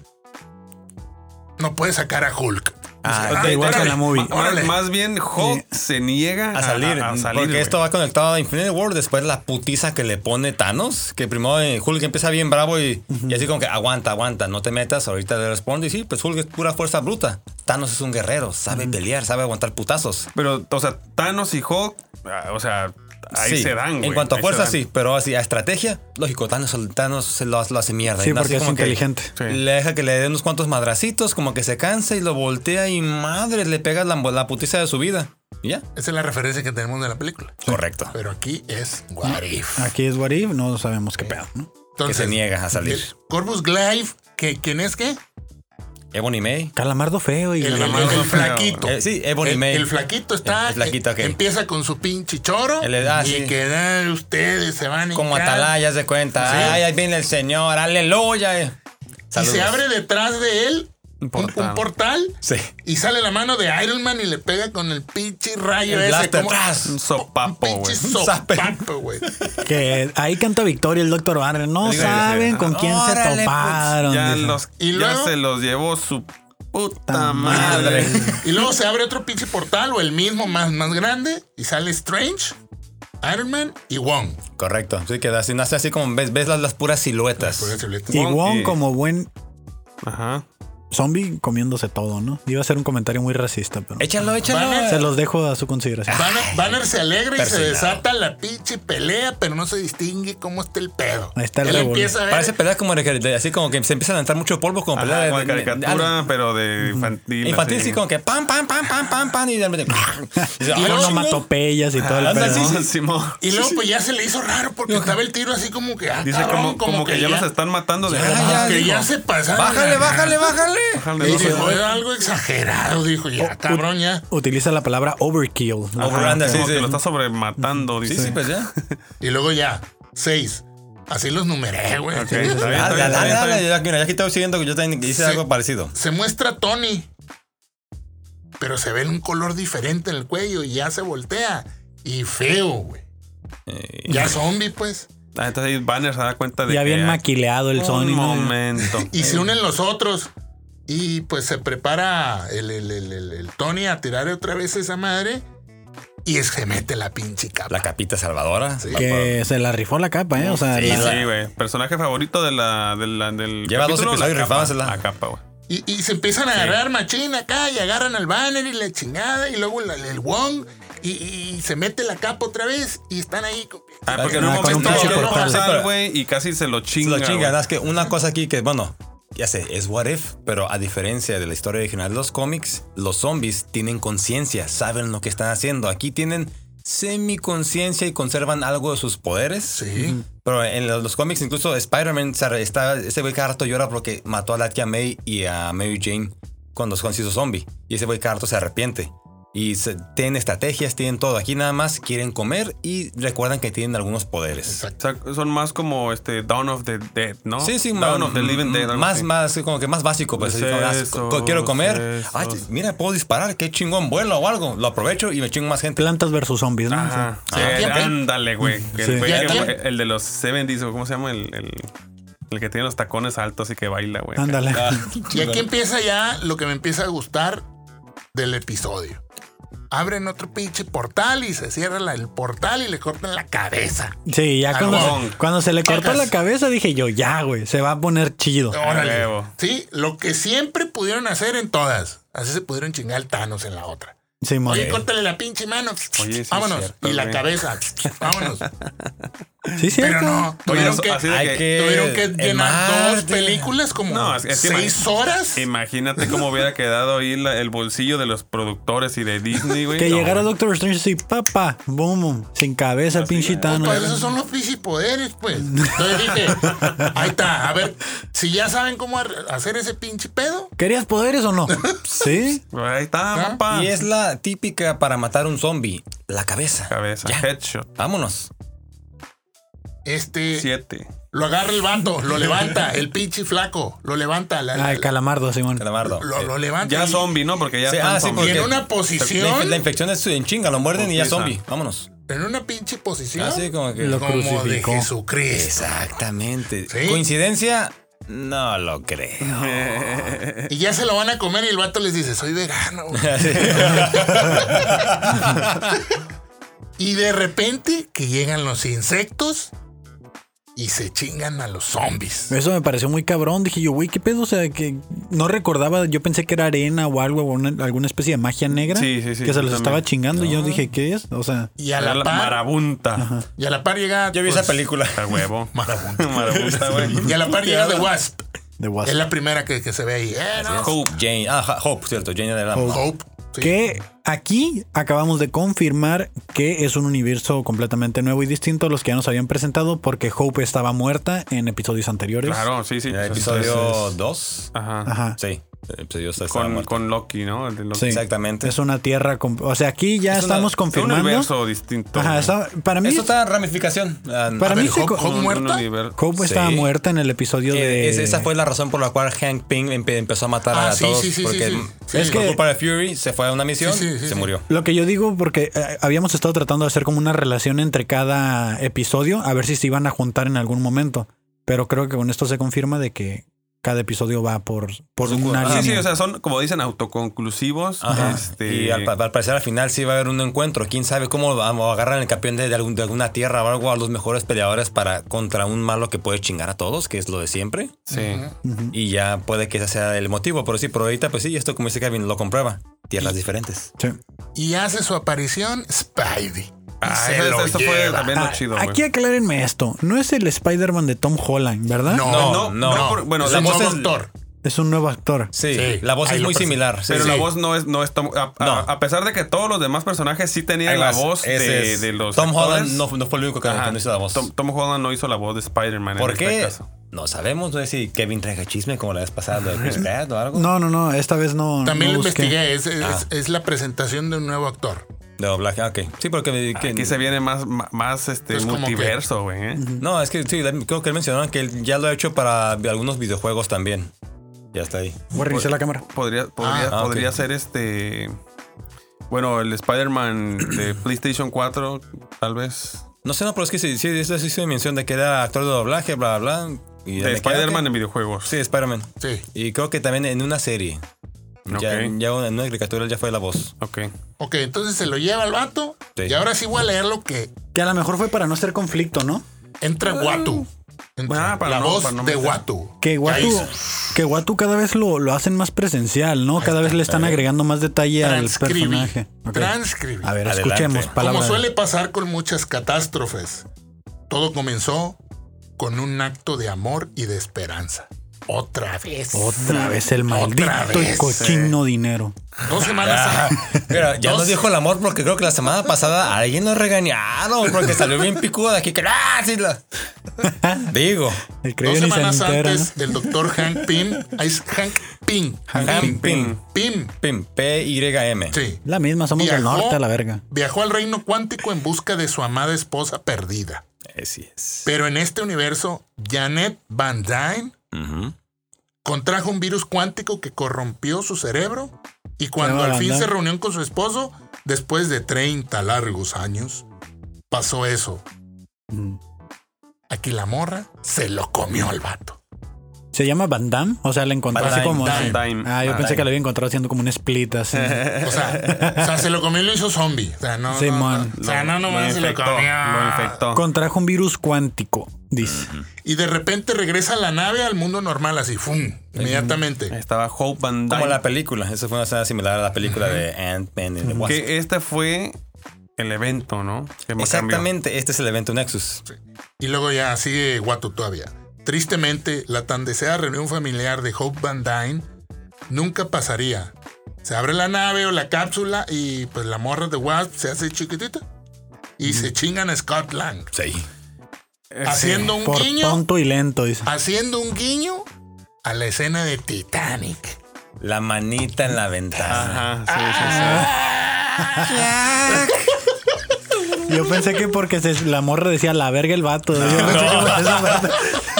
no puede sacar a Hulk. Ah, Dice, de igual que órale, en la movie. Ahora, Órale. más bien, Hulk se niega a salir, A, salir porque güey. esto va conectado a Infinity War, después la putiza que le pone Thanos, que primero eh, Hulk empieza bien bravo y, y así como que aguanta, aguanta, no te metas, ahorita le responde y sí, pues Hulk es pura fuerza bruta. Thanos es un guerrero, sabe pelear, sabe aguantar putazos. Pero, o sea, Thanos y Hulk, ah, o sea, ahí Sí, se dan, güey. En cuanto a Ahí fuerza, se dan. sí, pero así a estrategia, lógico, Thanos, Thanos se lo, lo hace mierda. Sí, ¿no? Así porque es como que inteligente. Sí. Le deja que le dé unos cuantos madracitos, como que se cansa y lo voltea y madre, le pega la, la putiza de su vida. Y ya. Esa es la referencia que tenemos de la película. Correcto. Pero aquí es Ah, What If. Aquí es Warif, no sabemos qué pedo, ¿no? Que se niega a salir. el Corvus Glaive, que, ¿quién es qué? Ebony May. Calamardo Feo y El, el- el Calamardo feo. flaquito. Eh, sí, Ebony el, May. el flaquito está. El- el flaquito, ok. Empieza con su pinche choro. El- ah, y sí. que ah, ustedes se van a Como hincar. atalayas de cuenta. Sí. Ay, ahí viene el Señor. Aleluya. Y Saludos. se abre detrás de él un un portal. portal. Sí. Y sale la mano de Iron Man y le pega con el pinche rayo El ese. blaster. como- Tras. Un Un sopapo, güey. pinche sopapo, güey. que ahí canta Victoria el Dr. Banner. No Digo, saben sí. con quién Órale, se pues, toparon. Ya, dice. los, Y ya luego- se los llevó su puta Puta madre. Y luego se abre otro pinche portal o el mismo más, más grande y sale Strange, Iron Man y Wong. Correcto. Sí, que así, nace así como ves, ves las, las puras siluetas. Por eso le- Y Wong Monkey. como buen Ajá. zombie comiéndose todo, ¿no? Iba a ser un comentario muy racista, pero Échalo, échalo. Van a- se los dejo a su consideración. Banner, Banner se alegra y se Persinado. desata la pinche pelea, pero no se distingue cómo está el pedo. Ahí está el Él revólver. empieza a ver- Parece peleas como de- de- así como que se empiezan a entrar muchos polvos como Ajá, peleas como pues de, de caricatura, pero de infantil. Infantil así. sí, como que pam, pam, pam, pam, pam, pam, y de repente. y dice, Y "Ah, luego- chingo". Onomatopeyas y todo el Anda, pedo. sí, ¿no? sí. No, Ah, Simón. Y luego pues ya se le hizo raro porque estaba el tiro así como que... ah, Dice cabrón, como, como, que, ya, los están matando de Ya, verdad. como ya, que dijo. ya se pasaron. Bájale, la- bájale, bájale. Bájale, Y dos, dice, ¿no? "Fue algo exagerado, dijo ya, cabrón, ya. Utiliza la palabra overkill. ¿no? Over- Overrun, Ajá, sí, como sí. que lo está sobrematando, dice. Sí, sí, pues ya. Y luego ya, seis. Así los numeré, güey. Ok, está bien, Ah, está bien, Dale, está dale, bien, está dale. bien. Ya mira, ya que estaba siguiendo que yo también Sí. hice algo parecido. Se muestra Tony, pero se ve un color diferente en el cuello y ya se voltea. Y feo, güey. Eh, Ya zombie, pues. Ah, entonces ahí Banner se da cuenta de Ya que... Oh, bien maquileado el Un Sony. ¿no? [laughs] momento. Y se unen los otros. Y pues se prepara el, el- el- el- el Tony a tirar otra vez esa madre. Y es- se mete la pinche capa. La capita salvadora. La- Que se la rifó la capa, ¿eh? O sea, Sí, la- Sí, güey. Personaje favorito de la, de la- del. Lleva dos capítulo, episodios la capa, rifándosela. La capa, güey. Y, y se empiezan a agarrar machín acá y agarran al banner y la chingada. Y luego la- el Wong. Y, y se mete la capa otra vez. Y están ahí. con- Ah, porque en Ah, un con un momento pinche llegó a portal. Sí, pero- pasar, güey, y casi se lo Se chinga. lo chinga. güey. nada, Es que una cosa aquí que, bueno, ya sé, es what if, pero a diferencia de la historia original de los cómics, los zombies tienen conciencia, saben lo que están haciendo. Aquí tienen semiconciencia y conservan algo de sus poderes. Sí. Pero en los, los cómics, incluso Spider-Man, se arre- está- ese güey cada rato llora porque mató a la tía May y a Mary Jane cuando se hizo zombie. Y ese güey cada rato se arrepiente. Y se- tienen estrategias, tienen todo. Aquí nada más quieren comer y recuerdan que tienen algunos poderes. Exacto. O sea, son más como este Dawn of the Dead, ¿no? Sí, sí, Dawn ma- of the Living Dead. algo más, así. más, como que más básico. Pues, Los así como, ah, sesos, co- quiero comer. sesos. Ay, mira, puedo disparar. Qué chingón vuelo o algo. Lo aprovecho y me chingo más gente. Plantas versus zombies, ¿no? Ajá. Sí, Ah. ¿Quién, quién? ándale, güey. El, Sí. güey ¿Quién, que- quién? el de los 70s, o ¿cómo se llama? El, el, el que tiene los tacones altos y que baila, güey. Ah. Ándale. [laughs] Y aquí empieza ya lo que me empieza a gustar del episodio. Abren otro pinche portal y se cierra la- el portal y le cortan la cabeza. Sí, ya Al cuando, Wong. cuando se le cortó Chacas. la cabeza dije yo, ya, güey, se va a poner chido. Órale. Ah, huevo. Sí, lo que siempre pudieron hacer en todas. Así se pudieron chingar al Thanos en la otra. Simón. Oye, córtale la pinche mano. Oye, sí es Vámonos. cierto, y la güey. [laughs] cabeza. Vámonos. Sí, Pero cierto. no, tuvieron Oye, que, así de Hay que- que, tuvieron que llenar dos Marte. películas como No, es- es que seis imagi- horas. Imagínate cómo hubiera quedado ahí la- el bolsillo de los productores y de Disney, güey. Que No, llegara güey. Doctor Strange así, papá, boom, boom, sin cabeza, el pinche Thanos. Pues esos son los pinches poderes, [laughs] pues. Entonces dije, ahí está, a ver, si ya saben cómo ar- hacer ese pinche pedo, ¿Querías poderes o [laughs] no? Sí. Ahí está, ¿Ah? papá. Y es la típica para matar un zombie. La cabeza. Cabeza, Ya. headshot. Vámonos. este, Siete. lo agarra el bando, lo levanta, el pinche flaco, lo levanta, la- la- Ah, el calamardo, Simón. Calamardo. Eh, lo, lo levanta. Ya y- zombie, ¿no? Porque ya Sí, están ah, sí, zombies. Y porque- en una La, inf- posición, la infección es en chinga, lo muerden y ya Putiza. zombie. Vámonos. en una pinche posición, Así como que. Lo como de crucificó. Jesucristo. Exactamente. Sí. ¿Coincidencia? No lo [laughs] creo. Y ya se lo van a comer y el vato les dice, soy vegano. [laughs] güey". y de repente que llegan los insectos y se chingan a los zombies. Eso me pareció muy cabrón. Dije yo, güey, ¿qué pedo? O sea, que no recordaba. Yo pensé que era arena o algo, o una- alguna especie de magia negra Sí, sí, sí, que se yo los también. estaba chingando. Y yo dije, ¿qué es? O sea, Y a Era la, la par, marabunta. y a la par llega. Yo vi pues, [laughs] esa película. A huevo. Marabunta. marabunta, [laughs] güey. Y a la par llega The Wasp. de Wasp. Es la primera que, que se ve ahí. Eh, no. Hope. Jane. Ah, ja- Hope, cierto. Jane era la mamá. Hope. sí. Que aquí acabamos de confirmar que es un universo completamente nuevo y distinto a los que ya nos habían presentado porque Hope estaba muerta en episodios anteriores. Claro, sí, sí. En el pues, Episodio entonces- 2. Ajá. Ah. Ajá. Sí. El episodio está Con, muerto. con Loki, ¿no? El de Loki. Sí. Exactamente. Es una tierra... com- O sea, aquí ya Es una- estamos es un confirmando... Un universo distinto. Ajá, güey. está- para mí... Eso está en ramificación. Ah, Para A mí ver, se Hope, co- Hope Un- un muerta. univer- Hope estaba Sí. muerta en el episodio de... Eh, es- esa fue la razón por la cual Hank Pym empe- empezó a matar Ah, a sí, todos. sí, sí, porque sí, sí. es Sí. que que- culpa de Fury se fue a una misión, Sí, sí, sí, se sí. murió. Lo que yo digo, porque eh, habíamos estado tratando de hacer como una relación entre cada episodio, a ver si se iban a juntar en algún momento. Pero creo que con esto se confirma de que cada episodio va por, por una Sí, sí, línea. o sea, son, como dicen, autoconclusivos. Ajá. Este, Y al, pa- al parecer al final sí va a haber un encuentro. Quién sabe cómo va- o agarran el campeón de, de algún- de alguna tierra o algo a los mejores peleadores para contra un malo que puede chingar a todos, que es lo de siempre. Sí. Y ya puede que ese sea el motivo. Pero sí, pero ahorita, pues sí, esto como dice Kevin, lo comprueba. Tierras diferentes. Sí. Y hace su aparición Spidey. Y Ah, se eso- lo eso fue lleva. también lo Ah, chido, güey. aquí aclárenme esto. No es el Spider-Man de Tom Holland, ¿verdad? No, No, no, no. no. No, por- bueno, es la un voz nuevo es- actor. Es un nuevo actor. Sí, Sí, la voz ahí es lo muy presento. similar. sí, Pero sí. la voz no es, no es Tom- a, a- No. a pesar de que todos los demás personajes sí tenían Ahí la vas, voz ese de, es. de los. Tom actores. Holland no, no fue el único que, Ajá. que no hizo la voz. Tom, Tom Holland no hizo la voz de Spider-Man. en ¿Por este qué? caso. No sabemos, no sé si Kevin traiga chisme como la vez pasada lo de [laughs] Chris Pratt o algo. No, no, no. Esta vez no. También no lo busqué. investigué. Es, es- Ah. es la presentación de un nuevo actor. De doblaje, ah, ok. Sí, porque que- Aquí se viene más, ma- más este, Pues Es como multiverso, güey. ¿eh? No, es que sí, creo que él mencionó que él ya lo ha hecho para algunos videojuegos también. Ya está ahí. Voy a revisar la cámara. Podría, podría, Ah, ok. podría ser este. Bueno, el Spider-Man [clears throat] de PlayStation 4, tal vez. No sé, no, pero es que sí, sí, eso sí hizo mención de que era actor de doblaje, bla, bla. bla, Y ya De me queda Spider-Man que- en videojuegos. Sí, Spider-Man. Sí. Y creo que también en una serie. Ya, Ok. ya en una caricatura ya fue la voz. Ok. Ok, entonces se lo lleva al vato. Sí. Y ahora sí voy a leer lo que Que a lo mejor fue para no ser conflicto, ¿no? entra Watu. Entra Ah, para la no- voz para no de meter- Watu. Que Watu, hizo. que Watu cada vez lo, lo hacen más presencial, ¿no? Cada vez le están agregando más detalle al Transcribí. personaje. Ok. Transcribí. A ver, Adelante. escuchemos Como palabras. Como suele pasar con muchas catástrofes, todo comenzó con un acto de amor y de esperanza. Otra vez. Otra vez el maldito Otra vez, y cochino dinero. Dos Ah, semanas. Pero ya Ah. Dos- nos dijo el amor porque creo que la semana pasada alguien nos regañaron porque salió bien picudo de aquí. Que, ¡Ah, sí la-". Digo. El [laughs] Dos creyó ni se semanas entera, antes, el doctor Hank Pym, es Hank Pym, Hank Pym. Pim, Pim. P-Y-M. sí, ¿no? La misma, somos del Viajó. norte a la verga. viajó al reino cuántico en busca de su amada esposa perdida. Así es. Pero en este universo, Janet Van Dyne Ujú. contrajo un virus cuántico que corrompió su cerebro y cuando Nueva al fin banda. se reunió con su esposo, después de 30 largos años, pasó eso. Mm. Aquí la morra se lo comió al vato. ¿Se llama Van Damme? O sea, la encontró Van así como... Damme. Time. Ah, yo Ah, pensé que la había encontrado haciendo como un split [laughs] así. [laughs] O sea, o sea, se lo comió y lo hizo zombie. O sea, no, no, Simón. no. O sea, no, nomás se lo comió. Lo infectó. Contrajo un virus cuántico, dice. Y de repente regresa a la nave al mundo normal, así, ¡fum! Inmediatamente. Estaba Hope Van Dyne. Como la película. Esa fue una escena similar a la película de Ant-Man and the Wasp. Que este fue el evento, ¿no? Que me cambió. Exactamente, este es el evento Nexus. Y luego ya sigue Watu todavía. Tristemente, la tan deseada reunión familiar de Hope Van Dyne nunca pasaría. Se abre la nave o la cápsula y pues la morra de Wasp se hace chiquitita. Y se Mm. chingan a Scott Lang. Sí. Eh, Haciendo un Por guiño. tonto y lento, dice. Haciendo un guiño a la escena de Titanic. La manita en la sí. ventana. Ajá, sí, sí, sí. Ah. Yo pensé que porque se- la morra decía la verga el vato. [laughs] Yo pensé que por esa parte-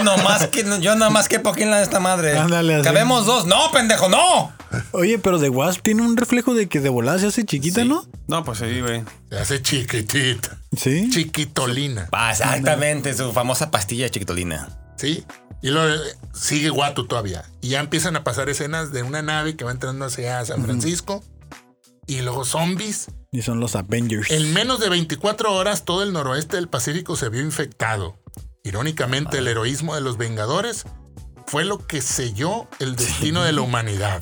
No más que yo nada más que poquín la de esta madre. Ándale, así. Cabemos dos. No, pendejo, no. Oye, pero The Wasp tiene un reflejo de que de volada se hace chiquita, ¿no? No, pues sí, güey. Se hace chiquitita. Sí. Chiquitolina. Ah, Exactamente, su famosa pastilla chiquitolina. ¿Sí? Y luego eh, sigue Watu todavía. Y ya empiezan a pasar escenas de una nave que va entrando hacia San Francisco. Y luego zombies. Y son los Avengers. En menos de 24 horas todo el noroeste del Pacífico se vio infectado. Irónicamente, el heroísmo de los Vengadores fue lo que selló el destino de la humanidad.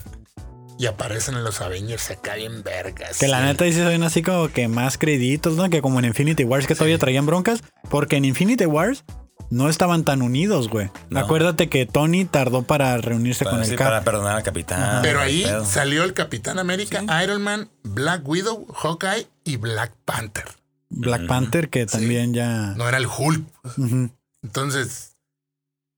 Y aparecen en los Avengers acá en vergas. Que la Sí. neta dice, son así como que más créditos, ¿no? Que como en Infinity Wars que todavía traían broncas. Porque en Infinity Wars no estaban tan unidos, güey. No. Acuérdate que Tony tardó para reunirse Para, con sí, el Cap. para perdonar al capitán. Pero ahí Pedo. salió el Capitán América, Iron Man, Black Widow, Hawkeye y Black Panther. Black Panther, que también ya. No era el Hulk. Ujú. Entonces,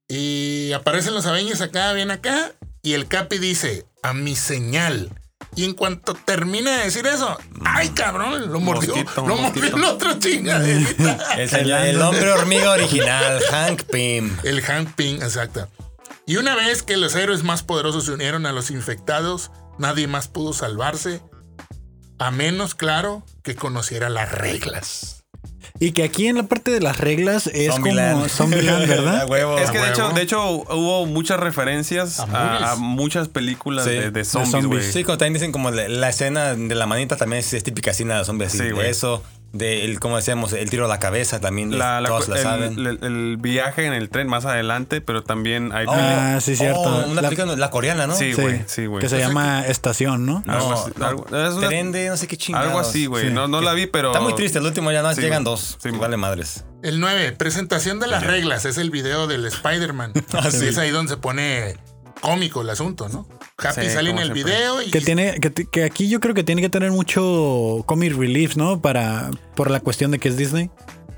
y aparecen los Avengers acá, bien acá, y el Capi dice, a mi señal. Y en cuanto termina de decir eso, ¡ay, cabrón! Lo mordió. Mosquito, lo mosquito. mordió la otra chingaderita. Es el, el hombre hormiga original, Hank Pym. el Hank Ping, exacto. Y una vez que los héroes más poderosos se unieron a los infectados, nadie más pudo salvarse. A menos, claro, que conociera las reglas. Y que aquí en la parte de las reglas es como [laughs] Zombieland, Oh, [laughs] A ¿verdad? huevo. Es que de huevo. hecho, de hecho hubo muchas referencias A a, a movies. muchas películas Sí, de, de de zombies, zombies, güey. Sí, como también dicen como la, la escena de la manita también es, es típica escena de los zombies. así, Sí, de güey. eso, de el, como decíamos, el tiro a la cabeza también. La- la- todos la el, saben. el- el viaje en el tren más adelante, pero también hay... peli- Ah, sí, cierto. Oh, una La- película, la coreana, ¿no? Sí, güey, sí, güey. Que se O sea llama Estación, ¿no? No, algo así, no, algo- es una- tren de no sé qué chingados. algo así, güey. Sí, no no que- la vi, pero... Está muy triste, el último ya no Sí, llegan güey. dos. Sí, y güey. vale madres. El 9, presentación de las reglas. Es el video del Spider-Man. [laughs] Ah, sí. Es ahí donde se pone cómico el asunto, ¿no? Happy Sí, sale en como el siempre. video y Que tiene, que, ti- que aquí yo creo que tiene que tener mucho comic relief, ¿no? Para, por la cuestión de que es Disney.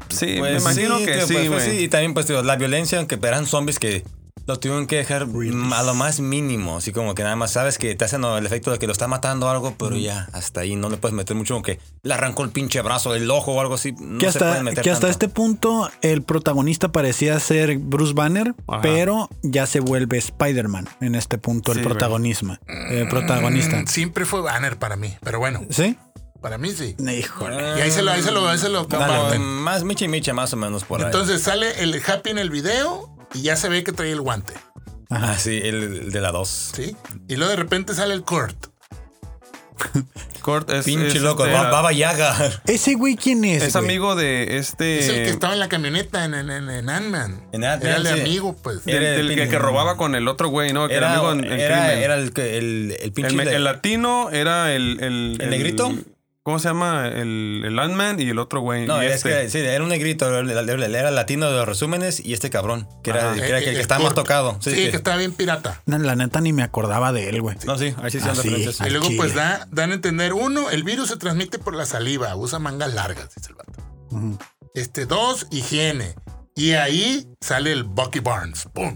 Sí, Eh, me Pues imagino que tío, sí, pues, güey. pues sí, Y también, pues, tío, la violencia, aunque eran zombies que lo tuvieron que dejar mm, a lo más mínimo. Así como que nada más sabes que te hacen el efecto de que lo está matando o algo, pero ya, hasta ahí no le puedes meter mucho. Aunque le arrancó el pinche brazo, el ojo o algo así. No que se hasta, pueden meter que hasta tanto. este punto el protagonista parecía ser Bruce Banner, Ajá. pero ya se vuelve Spider-Man en este punto, Sí, el güey. protagonismo. El protagonista. Mm, siempre fue Banner para mí. Pero bueno, ¿Sí? para mí sí. Híjole. Y ahí se lo, ahí se lo, ahí se lo Dale, comparten. más micha y micha, más o menos por ahí. Entonces sale el Happy en el video y ya se ve que trae el guante, Ah, sí, el, el de la 2. ¿sí? Y luego de repente sale el Kurt. Cort es- Pinche es loco, este, Ba- Baba Yaga. ¿Ese güey quién es? Es güey? amigo de este... Es el que estaba en la camioneta en, en, en, en Ant-Man. En Ant-Man, Era el de sí. amigo, pues. del- Era el del que, pin- que robaba con el otro güey, ¿no? Que era, Era, amigo en- en era, crimen. era el, que- el, el pinche. El, me- de- el latino era el. ¿El, ¿El negrito? ¿Cómo se llama? El, el Ant-Man y el otro güey. No, y es este. que sí, era un negrito, era era latino de los resúmenes y este cabrón, que era, Ajá. que era el, que estaba Kurt. más tocado. Sí, Sí, que- que estaba bien pirata. No, La neta ni me acordaba de él, güey. No, sí, ahí sí Ah, son sí. referencias. Y [laughs] Al luego, chile. pues, da, dan a entender, uno, el virus se transmite por la saliva, usa mangas largas, dice el vato. Ujú. Este, dos, higiene. Y ahí sale el Bucky Barnes. ¡Pum!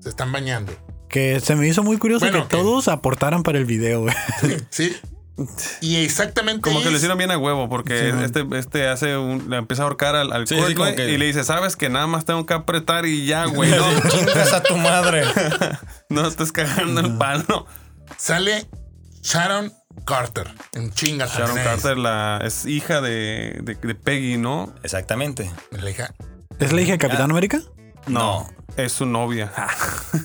Se [laughs] están bañando. Que se me hizo muy curioso que Bueno, que- todos aportaran para el video, güey. ¿Sí? Y exactamente. Como ahí que lo es- hicieron bien a huevo, porque este, este hace un, le empieza a ahorcar al, al Sí, Kurt, sí, como güey, que- y le dice, sabes que nada más tengo que apretar y ya, güey, [laughs] no, No, chingas a [laughs] tu madre. no estés cagando el palo. Sale Sharon Carter. En chingas. Sharon Carter la, es hija de, de- de Peggy, ¿no? Exactamente. La hija. ¿Es la hija de Ah. Capitán América? No. Es su [laughs] novia.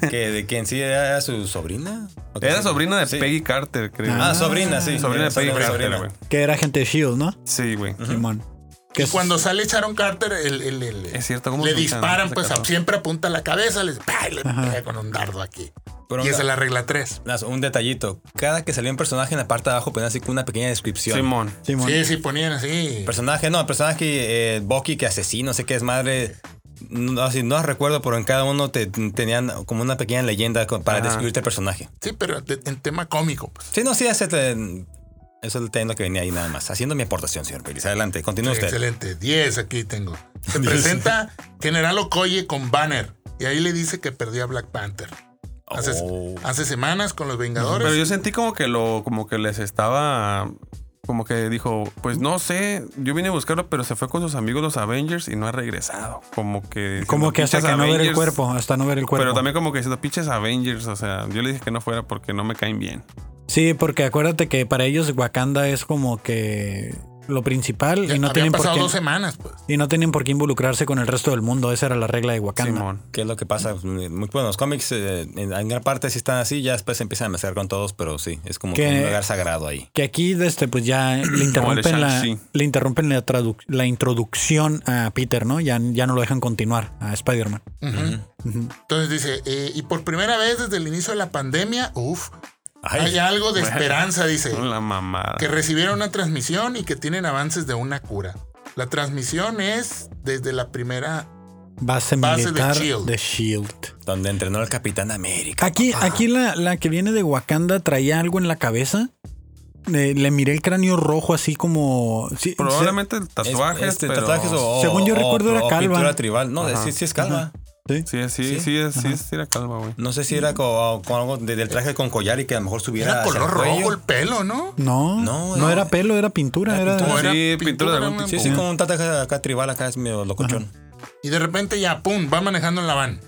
Que de quien sí era su sobrina. ¿O qué Era sí? sobrina de Sí. Peggy Carter, creo. Ah, sobrina, sí. sobrina Era de Peggy sobrina, Carter, sobrina. güey. Que era gente de Shield, E ¿no? Sí, güey. Simón. Que Y es- cuando sale Sharon Carter, el- el- el- Es cierto, ¿cómo le se disparan, llama? pues a- siempre apunta a la cabeza, les, ¡pah! y le Ajá. pega con un dardo aquí. Pero y mira, esa es la regla 3. las- un detallito. Cada que salía un personaje en la parte de abajo ponía así como una pequeña descripción. Simón. Simón. Sí, sí, ponían así. Personaje, no, el personaje eh, Bucky que asesino, sé que es madre. No, así, no las recuerdo, pero en cada uno te, tenían como una pequeña leyenda co- para Ajá. describirte el personaje. Sí, pero de- en tema cómico. Pues. Sí, no, sí, ese, eh, eso es lo que venía ahí nada más. Haciendo mi aportación, señor Pérez. Adelante, continúe usted. Excelente. 10 aquí tengo. Se presenta General Okoye con Banner. Y ahí le dice que perdió a Black Panther. Hace, Oh. hace semanas con los Vengadores. Pero yo sentí como que lo, como que les estaba, como que dijo, pues no sé, yo vine a buscarlo, pero se fue con sus amigos los Avengers y no ha regresado. Como que. Como que hasta pinches que no ver el Avengers, cuerpo, hasta no ver el cuerpo. Pero también como que diciendo pinches Avengers, o sea, yo le dije que no fuera porque no me caen bien. Sí, porque acuérdate que para ellos Wakanda es como que lo principal Ya y no habían tienen por pasado qué dos semanas, pues. y no tienen por qué involucrarse con el resto del mundo. Esa era la regla de Wakanda. Simón. ¿Qué es lo que pasa? Muy bueno, los cómics eh, en, en gran parte sí están así, ya después se empiezan a mezclar con todos, pero sí, es como que Que- un lugar sagrado ahí. Que aquí este, pues [clears throat] ya le interrumpen la, Shang-Chi. le interrumpen la, traduc- la introducción a Peter, ¿no? Ya, ya no lo dejan continuar a Spider-Man. Ujú. Entonces dice, eh, y por primera vez desde el inicio de la pandemia, uff, Ay. hay algo de esperanza, dice. La mamada. que recibieron una transmisión y que tienen avances de una cura. La transmisión es desde la primera. Base, Base de militar de Shield. Shield. Donde entrenó el Capitán América. Aquí, aquí la, la que viene de Wakanda traía algo en la cabeza. Eh, le miré el cráneo rojo así como... sí, se- Probablemente tatuajes, Es- este, pero- tatuajes o, Según yo o- recuerdo era o calva. pintura tribal. No, Ajá. sí, sí es calva. Sí, sí, sí, Sí. sí, es- sí, es- sí era calma, güey. No sé si era co- con, algo de- del traje con collar y que a lo mejor subiera. Era hacia el color cuello. rojo el pelo, ¿no? No, No, no, no. era pelo, era pintura. Era, pintura. era sí, pintura de pintura, algún una- Sí, tipo. sí, con un tatuaje acá tribal, acá es medio locochón. Y de repente ya, pum, va manejando en la van.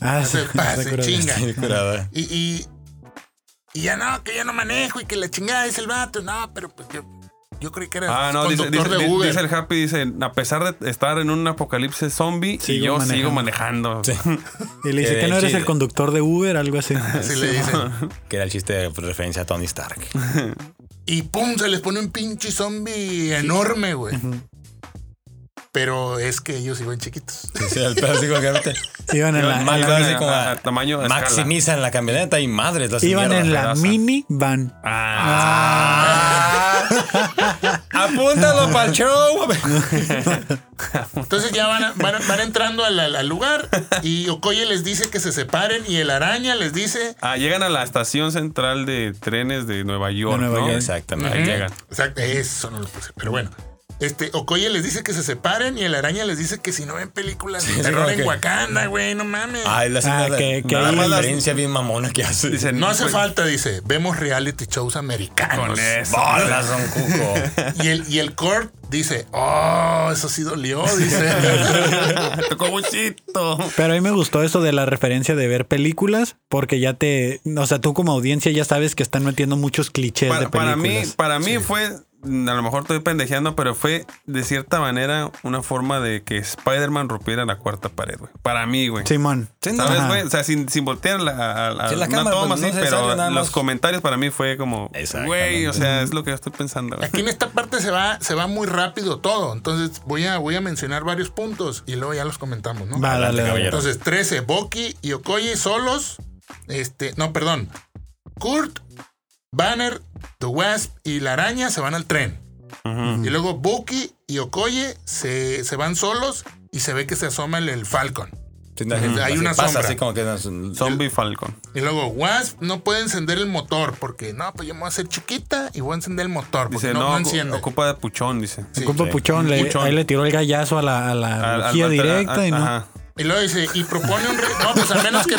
Ah, Se sí, [laughs] pasa, se acuerda. chinga. [laughs] Sí, curada. Y, y, y ya no, que ya no manejo y que la chingada es el vato. No, pero pues yo, yo creí que era Ah, no, dice, conductor dice- de di- Uber. dice el Happy, dice, a pesar de estar en un apocalipsis zombie, Sigo y yo manejando". sigo manejando. Y le dice Que que no de eres Chile. el conductor de Uber, algo así. Así Ah, le dicen. Que era el chiste de referencia a Tony Stark. Y pum, se les pone un pinche zombie enorme, güey. Pero es que ellos iban chiquitos. Sí, el pedo así como [laughs] que ahorita- Iban en la, Mal, en la- ¿verdad? Así como a- a tamaño de maximizan la camioneta y madres. las iban en la pedazo. minivan. Ah. [laughs] Apúntalo para el show. [laughs] Entonces ya van, a- van, a- van entrando al, al- al lugar y Okoye les dice que se separen y el araña les dice... Ah, llegan a la estación central de trenes de Nueva York, Nueva ¿no? York. Exactamente. Ahí llegan. Exacto, eso no lo puse, pero bueno. Este, Okoye les dice que se separen y el araña les dice que si no ven películas de sí, terror como en que- Wakanda, güey, no mames. Ay, la señora. Ah, que- que nada ahí más la las- referencia bien mamona que hace. [laughs] Dice, no hace pues, falta, dice. Vemos reality shows americanos. Con eso. Bolas, don [laughs] Cuco. Y el, y el Kurt dice, oh, eso sí dolió, [laughs] dice. Como un chito. Pero a mí me gustó eso de la referencia de ver películas, porque ya te. O sea, tú como audiencia ya sabes que están metiendo muchos clichés de Para, para películas. mí, para mí fue, mm, a lo mejor estoy pendejeando, pero fue de cierta manera una forma de que Spider-Man rompiera la cuarta pared, güey. Para mí, güey. Simón. ¿Sabes, Ajá. güey? O sea, sin, sin voltear la, a, a- Sí, la una cámara, toma pues, así, no es necesario, pero nada los más. comentarios para mí fue como, güey, o sea, es lo que yo estoy pensando. güey. Aquí en esta parte se va, se va muy rápido todo. Entonces voy a, voy a mencionar varios puntos y luego ya los comentamos, ¿no? Va, dale, dale. caballero. Entonces, 13, Boki y Okoye solos. Este, no, perdón. Kurt, Banner, The Wasp y la araña se van al tren. Ujú. Y luego Boki y Okoye se, se van solos y se ve que se asoma el, el Falcon. Hay Así una pasa, sombra. Así como que nos- Zombie Falcon. Y luego Wasp no puede encender el motor porque no, pues yo me voy a hacer chiquita y voy a encender el motor porque Dice, no, no, no ocu- enciende. ocupa de puchón, dice. Sí. Compa Puchón, le, Puchón. ahí le tiró el gallazo a la, a la Al- al energía mater- directa a- y no. ajá. Y luego dice, y propone un... re- No, pues al menos que...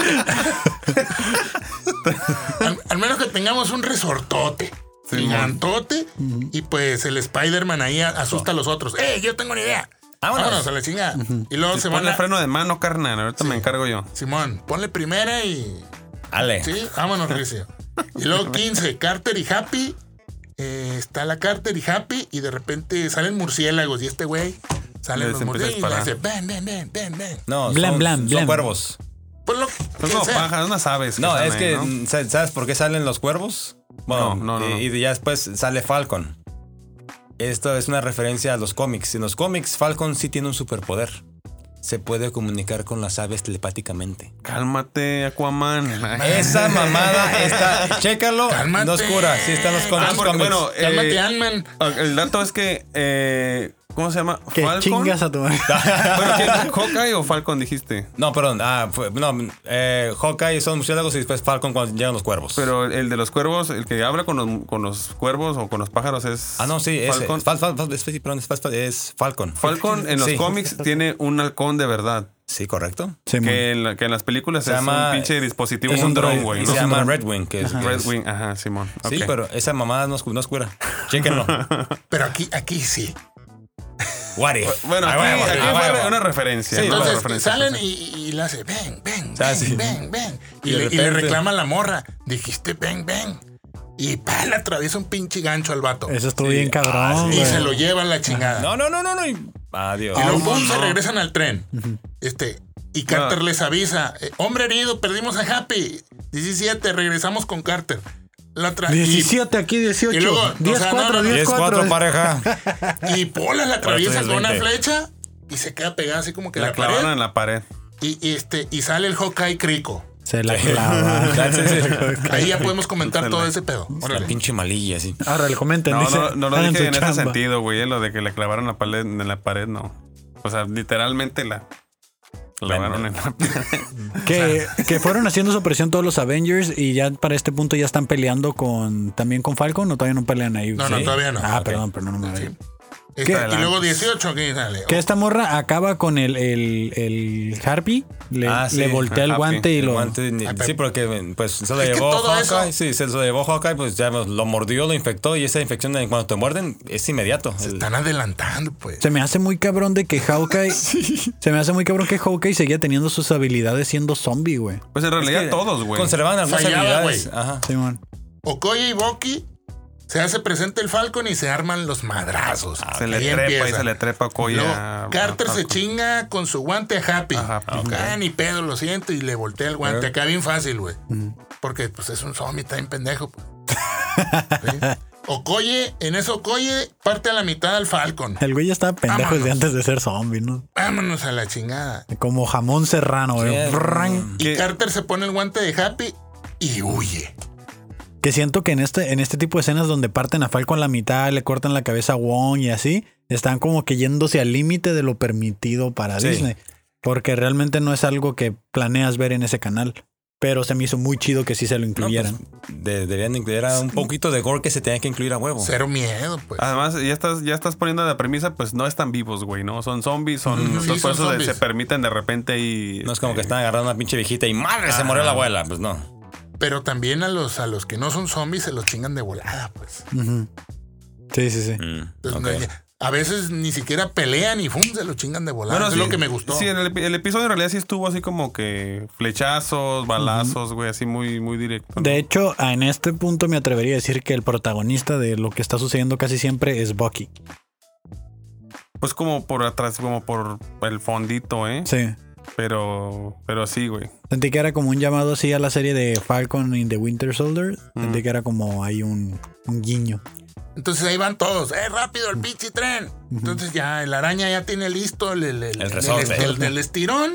te- al, al menos que tengamos un resortote. Sí, gigantote. Y pues el Spider-Man ahí a- asusta a los otros. ¡Eh, yo tengo una idea! Vámonos. Vámonos, a la chingada. Y luego se van Ponle a... freno de mano, carnal. Ahorita me encargo yo. Simón, ponle primera y... Ale. Sí, vámonos, Ricio. [laughs] Y luego 15, Carter y Happy. Eh, está la Carter y Happy y de repente salen murciélagos y este güey salen Les los empieza a murciélagos y le dice, disparar. ven, ven, ven, ven, ven. No, Blan, son, blan, son blan. cuervos. Pues lo Son que como sea. pajas, unas aves. No, están es ahí, que, mm, ¿no? ¿sabes por qué salen los cuervos? Bueno, No, no, no, y, y ya después sale Falcon. Esto es una referencia a los cómics. En los cómics, Falcon sí tiene un superpoder. Se puede comunicar con las aves telepáticamente. Cálmate, Aquaman. Esa mamada está. Chécalo. Cálmate. No oscura. Sí, están los con- Ah, los porque, cómics. bueno, Cálmate, eh, Ant-Man. el dato es que. eh, ¿Cómo se llama? Que chingas a tu [laughs] madre. [laughs] Ah, Bueno, ¿quién? ¿Hawkeye o Falcon dijiste? No, perdón. Ah, fue- no, eh, Hawkeye son murciélagos y después Falcon cuando llegan los cuervos. Pero el de los cuervos, el que habla con los, con los cuervos o con los pájaros es. ah, no, sí. Es, Falcon. es, Fal- Fal- Fal- es- sí, perdón, es, Fal- es Falcon. Falcon en los Sí. cómics [laughs] tiene un halcón de verdad. Sí, correcto. Simón. Que en, la- que en las películas Se es llama- un pinche dispositivo, Es un dron, droid, güey. y ¿no? Se llama Red Wing. Que es, que Red es- Wing, ajá, Simón. Sí, ok. pero esa mamada no, es- no es cura. Chéquenlo. Pero aquí, aquí sí. What if? Bueno, Ah, aquí, huevo, aquí ah, fue huevo. una referencia. Sí, ¿no? entonces, La Entonces referencia, salen sí, y, y le hace ven, ven, Ah, ven, sí. ven, ven. Y, Y de le, y le repente- reclama la morra. Dijiste ven, ven. Y pa, le atraviesa un pinche gancho al vato. Eso estuvo bien cabrón. y güey. Ah, se lo lleva la chingada. No, no, no, no, no. y- Adiós. Y luego ¿cómo pum, no? se regresan al tren. Este. Y Carter No. les avisa, eh, hombre herido, perdimos a Happy. 17, regresamos con Carter. La tra- y- 17 aquí, 18. y luego, o 10, sea, 4, no, no, 10, 10 4 4. pareja. Y Pola la atraviesa Por eso con es una 20. flecha y se queda pegada así como que La la, pared. clavaron en la pared. Y, y este, y sale el Hawkeye Crico. Se la [laughs] clava. Sí, sí, sí. [laughs] Ahí ya podemos comentar todo ese pedo. La Órale. pinche malilla, sí. Ahora le comenten. No, dice, no, no lo hagan su dije en ese chamba. sentido, güey. eh, Lo de que le clavaron la pared, en la pared, no. O sea, literalmente la clavaron en la pared. Que, [laughs] que fueron haciendo su presión todos los Avengers y ya para este punto ya están peleando con también con Falcon o todavía no pelean ahí. No, no, todavía no. Ah, Ok. perdón, perdón, no me vi. Este, ¿Qué? y luego 18 aquí sale. Que esta morra acaba con el, el, el Harpy, le, Ah, sí, le voltea el el Harpy, guante y El lo. guante, ni- Ah, sí, pero- porque pues se lo Es que llevó todo Hawkeye. eso- Sí, se lo llevó Hawkeye, pues ya lo mordió, lo infectó y esa infección en cuando te muerden es inmediato. El- Están adelantando, pues. Se me hace muy cabrón de que Hawkeye. Se me hace muy cabrón que Hawkeye seguía teniendo sus habilidades siendo zombie, güey. Pues en realidad que todos, güey. Conservaban algunas Fallaba, habilidades. güey. Ajá. Simón. Okoye y Boki se hace presente el Falcon y se arman los madrazos. Ah, Se le Ahí trepa y empieza. se le trepa Y Coya. luego a- Carter a- se chinga con su guante a Happy. A Happy. Ok. Ah, ni pedo, lo siento. Y le voltea el guante. Eh. Acá bien fácil, güey. Mm. Porque pues es un zombie, está bien pendejo. pues. [laughs] ¿Sí? Okoye, en eso Okoye parte a la mitad [laughs] al Falcon. El güey ya estaba pendejo desde Vámonos. antes de ser zombie, ¿no? Vámonos a la chingada. Como jamón serrano, güey. Sí, Brrrang. Y ¿Qué? Carter se pone el guante de Happy y huye. Que siento que en este, en este tipo de escenas donde parten a Falcon la mitad, le cortan la cabeza a Wong y así, están como que yéndose al límite de lo permitido para Sí. Disney. Porque realmente no es algo que planeas ver en ese canal. Pero se me hizo muy chido que sí se lo No, pues, incluyeran. de- deberían incluir a un poquito de gore que se tenía que incluir a huevo. Cero miedo, pues. Además, ya estás, ya estás poniendo la premisa, pues no están vivos, güey, ¿no? Son zombies, son. Ujú. entonces, por Sí, son eso de- zombies. se permiten de repente eh, y. No es como que están agarrando a una pinche viejita y madre, se murió la abuela. Pues no. Pero también a los, a los que no son zombies se los chingan de volada, pues. Ujú. Sí, sí, sí. Mm, Entonces, ok. Pues no- a veces ni siquiera pelean y fum, se los chingan de volada. Ah, es sí, lo que me gustó. Sí, en el, epi- el episodio en realidad sí estuvo así como que flechazos, balazos, güey, así muy, muy directo. mm, ¿no? De hecho, en este punto me atrevería a decir que el protagonista de lo que está sucediendo casi siempre es Bucky. Pues como por atrás, como por el fondito, ¿eh? Sí. Pero, pero sí, güey. Sentí que era como un llamado así a la serie de Falcon in the Winter Soldier. Mm. Sentí que era como hay un, un guiño. Entonces ahí van todos, ¡eh, rápido el pinche tren! Entonces ya el araña ya tiene listo el, el, el- El resorte. el- el- el estirón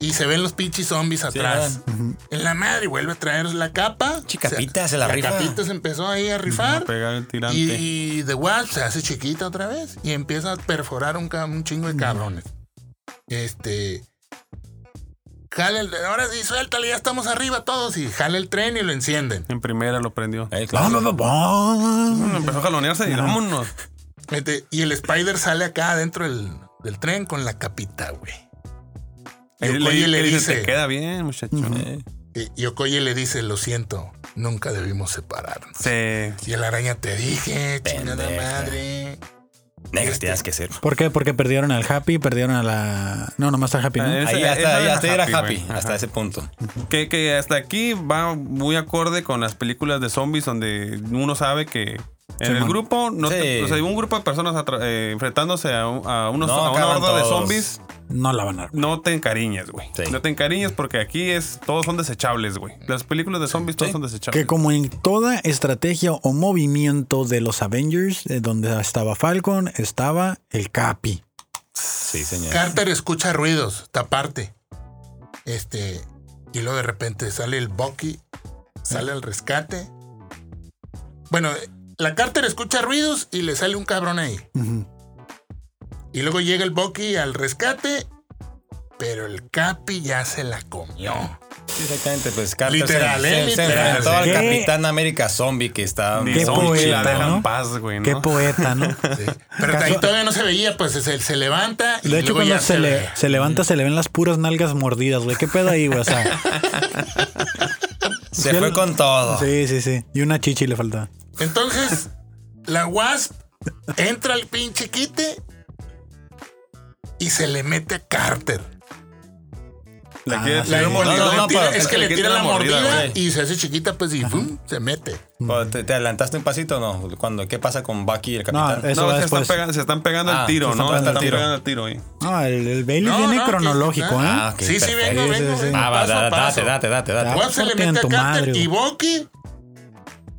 y se ven los pinches zombies atrás. En la madre vuelve a traer la capa. Chica Pita se la rifa. Capita se empezó ahí a rifar. Pegar el tirante. Y, de The Wasp se hace chiquita otra vez y empieza a perforar un, ca- un chingo de cabrones. Este. Jala el, ahora sí, suéltale, ya estamos arriba todos. Y jala el tren y lo encienden. En primera lo prendió. Ahí, claro. Vamos, vamos. Empezó a jalonearse y vámonos. Este, y el Spider sale acá adentro del, del tren con la capita, güey. Y Y Okoye le Te dice, queda bien, muchacho. Eh, y- y Okoye le dice, lo siento, nunca debimos separarnos. Se- Y el araña te dije, chingada Pendeja. madre. Negras tienes que ser. ¿Por qué? Porque perdieron al Happy, perdieron a la. No, nomás al Happy, ¿no? Ah, es- Ese- Ahí hasta, esa ahí era hasta era happy, happy, güey. hasta Ajá. ese punto. Que, que hasta aquí va muy acorde con las películas de zombies donde uno sabe que en el Simón. grupo, no Sí. te- o sea, hay un grupo de personas atra- eh, enfrentándose a, un- a unos, No, a una acaban horda de todos. zombies, no la van a armar. No te encariñes, güey. Sí. No te encariñes porque aquí es todos son desechables, güey. Las películas de zombies todas Sí. son desechables. Que como en toda estrategia o movimiento de los Avengers, eh, donde estaba Falcon, estaba el Capi. Sí, señor. Carter escucha ruidos, está aparte. Este, y luego de repente sale el Bucky, sale al rescate. Bueno, la Carter escucha ruidos y le sale un cabrón ahí. Ujú. Y luego llega el Bucky al rescate, pero el Capi ya se la [laughs] comió. Sí, exactamente. Pues Carter Literal, se, ¿eh? se- se Literal. enfrentó al ¿Qué? Capitán América zombie que está. Ni Qué zombies, poeta, la dejan ¿no? paz, güey, Qué ¿no? poeta, [laughs] ¿no? Sí. Pero ahí todavía no se veía, pues se, se levanta y De hecho, luego cuando ya se, ve. le, se levanta, se le ven las puras nalgas mordidas, güey. ¿Qué pedo ahí, güey? O [laughs] sea, Se fue con todo. sí, sí, sí. Y una chichi le faltaba. Entonces, la Wasp entra al pinche quite y se le mete a Carter. Le quiere Ah, tirar Le- la mordida, No, no, le no, güey. tira- pero es que le quiere tira la mordida, güey. y se hace chiquita, pues, y ¡fum! se mete. Pero ¿Te, te adelantaste un pasito o no? Cuando, ¿Qué pasa con Bucky y el capitán? es- Eso No, va se están, después. pegando, se están pegando Ah, el tiro, se están ¿no? Se pegando el están tiro. pegando el tiro ahí. No, el, el Bailey No, viene no, que- cronológico, ¿eh? Ah, ok, Sí, sí, perfecto. vengo, Sí, sí, vengo. sí. vengo, Ah, va, paso a da- date, paso. date, date, Ya. date. Wasp se le Corte en mete a tu Carter madre, güey. y Bucky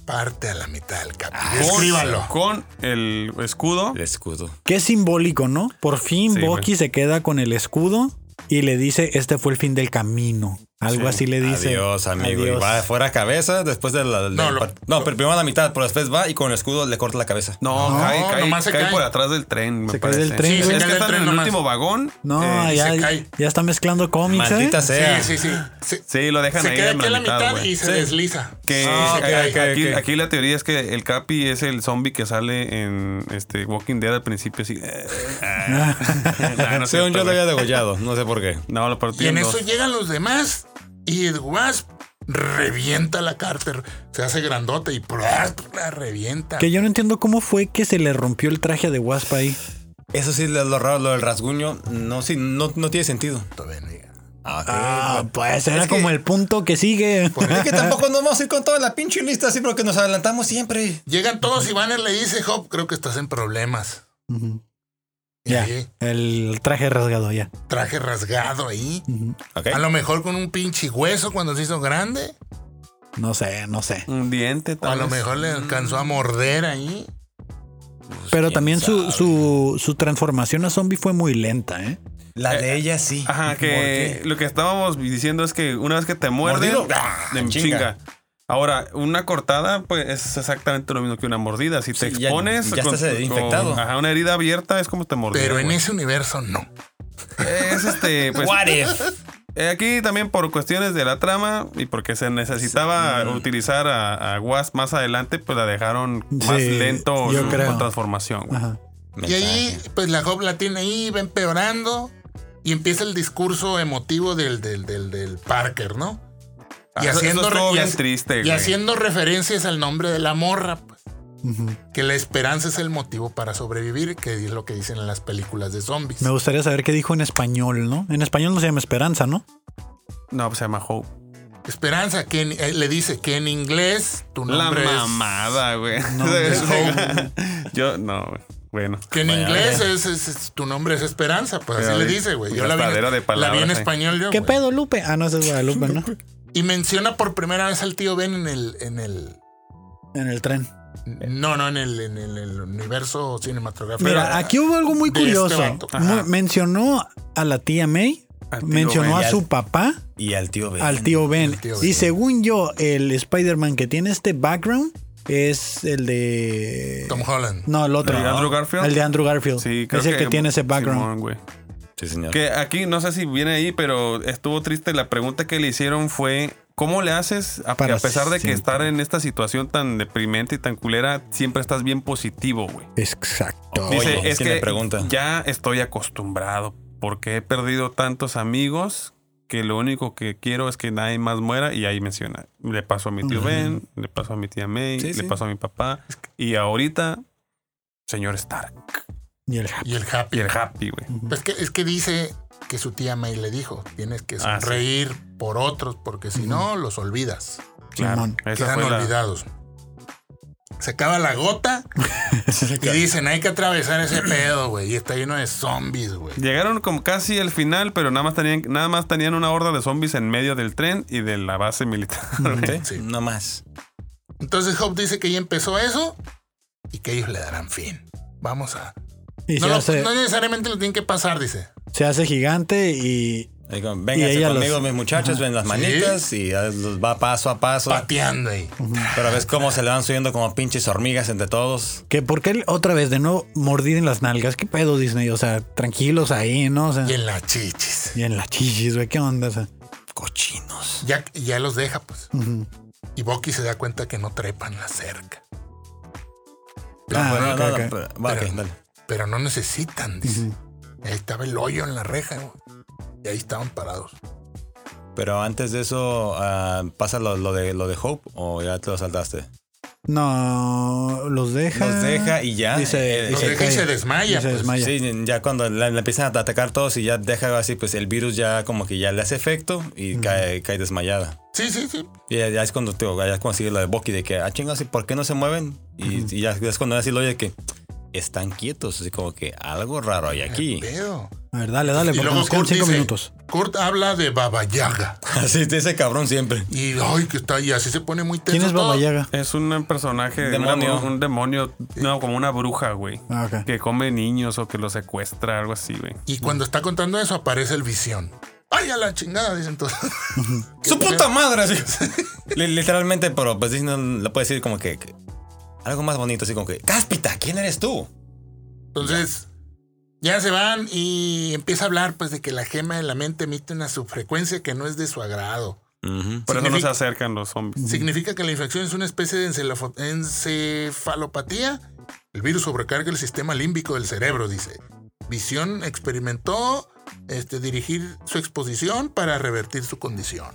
parte a la mitad del capitán. Con- Escríbalo. Con el escudo. El escudo. Qué simbólico, ¿no? Por fin Sí, Bucky güey. se queda con el escudo y le dice, este fue el fin del camino. Algo Sí. así le dice. Adiós, amigo. Adiós. Y va fuera cabeza después de la. del- No, lo- no, pero primero la mitad, pero después va y con el escudo le corta la cabeza. No, No, cae, cae, nomás se cae cae. por atrás del tren, me Se cae parece. del tren, Sí, es se que cae del están tren en el nomás. último vagón. No, eh, y ya, se cae. ya está mezclando cómics, ¿eh? Maldita Sí, sea. sí, sí. Se, Sí, lo dejan se ahí queda en aquí a la mitad, güey. y se Sí. desliza. Que Ah, se ok, cae. ok. aquí, aquí la teoría es que el Capi es el zombie que sale en este Walking Dead al principio así. [laughs] eh, [laughs] ah. Nah, no es [laughs] cierto, Según yo lo güey. había degollado, no sé por qué. No, lo Y en partimos. eso llegan los demás y el Wasp revienta la Carter. Se hace grandota y ¡pras! la revienta. Que yo no entiendo cómo fue que se le rompió el traje de Wasp ahí. Eso sí, lo, lo raro, lo del rasguño, no, sí, no, no tiene sentido. Venga. Ah, ok. Ah, pues era Es que- Pues, como el punto que sigue. Es que tampoco nos vamos a ir con toda la pinche lista así porque nos adelantamos siempre. Llegan todos y Banner le dice, Hop, creo que estás en problemas. [laughs] Ujú. Y Ya, ahí, el traje rasgado, ya. traje rasgado ahí. Ujú. Ok. A lo mejor con un pinche hueso cuando se hizo grande. No sé, no sé. Un diente, O tal a lo vez. mejor le alcanzó a morder ahí. Pero también su, su, su transformación a zombie fue muy lenta, ¿eh? La de ella sí. Ajá, que lo que estábamos diciendo es que una vez que te muerden, Mordido, ah, de chinga. chinga. Ahora, una cortada, pues es exactamente lo mismo que una mordida. Si te Sí, ya- expones. ya estás eh, infectado. ajá, una herida abierta es como te mordió. Pero en güey. ese universo no. Es [laughs] este. Pues, What if? eh, aquí también por cuestiones de la trama y porque se necesitaba utilizar a, a Wasp más adelante, pues la dejaron más Sí, lento yo su creo. transformación. güey. Ajá. Y ahí, pues la Hop la tiene ahí, va empeorando. Y empieza el discurso emotivo del, del, del, del Parker, ¿no? Ah, Y eso- eso haciendo, re- estuvo y bien haci- triste, y güey. haciendo referencias al nombre de la morra. pues, Ujú. Que la esperanza es el motivo para sobrevivir, que es lo que dicen en las películas de zombies. Me gustaría saber qué dijo en español, ¿no? En español no se llama Esperanza, ¿no? No, pues se llama Hope. Esperanza, que en- eh, le dice que en inglés tu La nombre es- mamada, güey. [laughs] Nombre es Yo, no, güey. Bueno. Que en Vaya, inglés vaya. es, es- es- tu nombre es Esperanza, pues Pero así le ahí, dice, güey. Yo una la vi, pradera en, de palabras, la vi en eh. español yo, ¿Qué güey. pedo, Lupe? Ah, no, ese es Guadalupe, ¿no? Y menciona por primera vez al tío Ben en el, en el, En el tren. no, no, en el, en el, el universo cinematográfico. Mira, aquí hubo algo muy de este curioso. vato. Muy- Ajá. mencionó a la tía May, Al tío mencionó Ben. a Y su al- papá, Y al tío Ben. al tío Ben. al tío Y Ben. según yo, el Spider-Man que tiene este background es el de... Tom Holland. No, el otro. ¿El de Andrew Garfield? El de Andrew Garfield. Sí, creo es el que, tiene ese background. Simón, güey. Sí, señor. Que aquí, no sé si viene ahí, pero estuvo triste. La pregunta que le hicieron fue: ¿Cómo le haces a, Para a pesar de que siempre. estar en esta situación tan deprimente y tan culera, siempre estás bien positivo, güey? Exacto. Oye, Dice: ¿quién Es le que pregunta? ya estoy acostumbrado porque he perdido tantos amigos que lo único que quiero es que nadie más muera. Y ahí menciona: Le pasó a mi tío Ben, le pasó a mi tía May, Sí, le sí. pasó a mi papá. Y ahorita, señor Stark Y el Y el Happy. y el Happy, güey. Pues que, es que dice que su tía May le dijo, tienes que Ah, sí. sonreír por otros porque si no los olvidas. Claro, Simón. esa quedan fue la- olvidados. se acaba la gota y dicen, hay que atravesar ese pedo, güey. Y está lleno de zombies, güey. Llegaron como casi al final, pero nada más tenían, nada más tenían una horda de zombies en medio del tren y de la base militar. güey. Sí, No más. Entonces Hope dice que ya empezó eso y que ellos le darán fin. Vamos a... Y No, se, lo- hace, no necesariamente lo tienen que pasar, dice. se hace gigante y Ahí como, Vénganse ella conmigo, los- mis muchachos, ven las Sí. manitas y ya los va paso a paso. Pateando ahí. Pero ves cómo se le van subiendo como pinches hormigas entre todos. que por qué otra vez de nuevo mordir en las nalgas, qué pedo Disney, o sea, tranquilos ahí, ¿no? O sea, Y en las chichis. y en las chichis, güey, qué onda, o sea, Cochinos. Ya, ya los deja, pues. ujú. Y Bucky se da cuenta que no trepan la cerca. Ah, Bueno, ok, no, no, ok. pero- va, ok, Pero- dale. Pero no necesitan, dice. Ahí estaba el hoyo en la reja, güey. Y ahí estaban parados. Pero antes de eso, ah, ¿pasa lo, lo de, lo de Hope o ya te lo saltaste? No, los deja. Los deja y ya. Y se- Eh, y Los se deja y cae. se desmaya, Y se pues. desmaya. Sí, ya cuando la- la empiezan a atacar todos y ya deja así, pues el virus ya como que ya le hace efecto y cae, cae desmayada. Sí, sí, sí. Y ya, ya es cuando te ya es cuando sigue la de Bucky de que, ah, chingas, ¿y por qué no se mueven? Y, y ya es cuando así lo oye que están quietos, así como que algo raro [laughs] hay aquí. [laughs] Pedo. A ver, dale, dale, Y porque luego nos quedan Kurt cinco dice- minutos. Kurt habla de Baba Yaga. Así te ese cabrón siempre. Y ay, que está ahí, así se pone muy tenso. ¿Quién es todo. Baba Yaga? Es un personaje, de una- Demonio. un demonio, no, como una bruja, güey. Ah, ok. Que come niños o que los secuestra, algo así, güey. Y cuando está contando eso, aparece el visión. ¡Ay, a la chingada! Dicen todos. [laughs] ¡Su puta madre! así. Li- Literalmente, pero pues Disney no le puede decir como que, que algo más bonito, así como que, Cáspita, ¿quién eres tú? Entonces, ya se van y empieza a hablar, pues, de que la gema de la mente emite una subfrecuencia que no es de su agrado. Por eso no se Significa- acercan los zombies. Significa que la infección es una especie de encelafo- encefalopatía. El virus sobrecarga el sistema límbico del cerebro, dice. Visión experimentó este, dirigir su exposición para revertir su condición.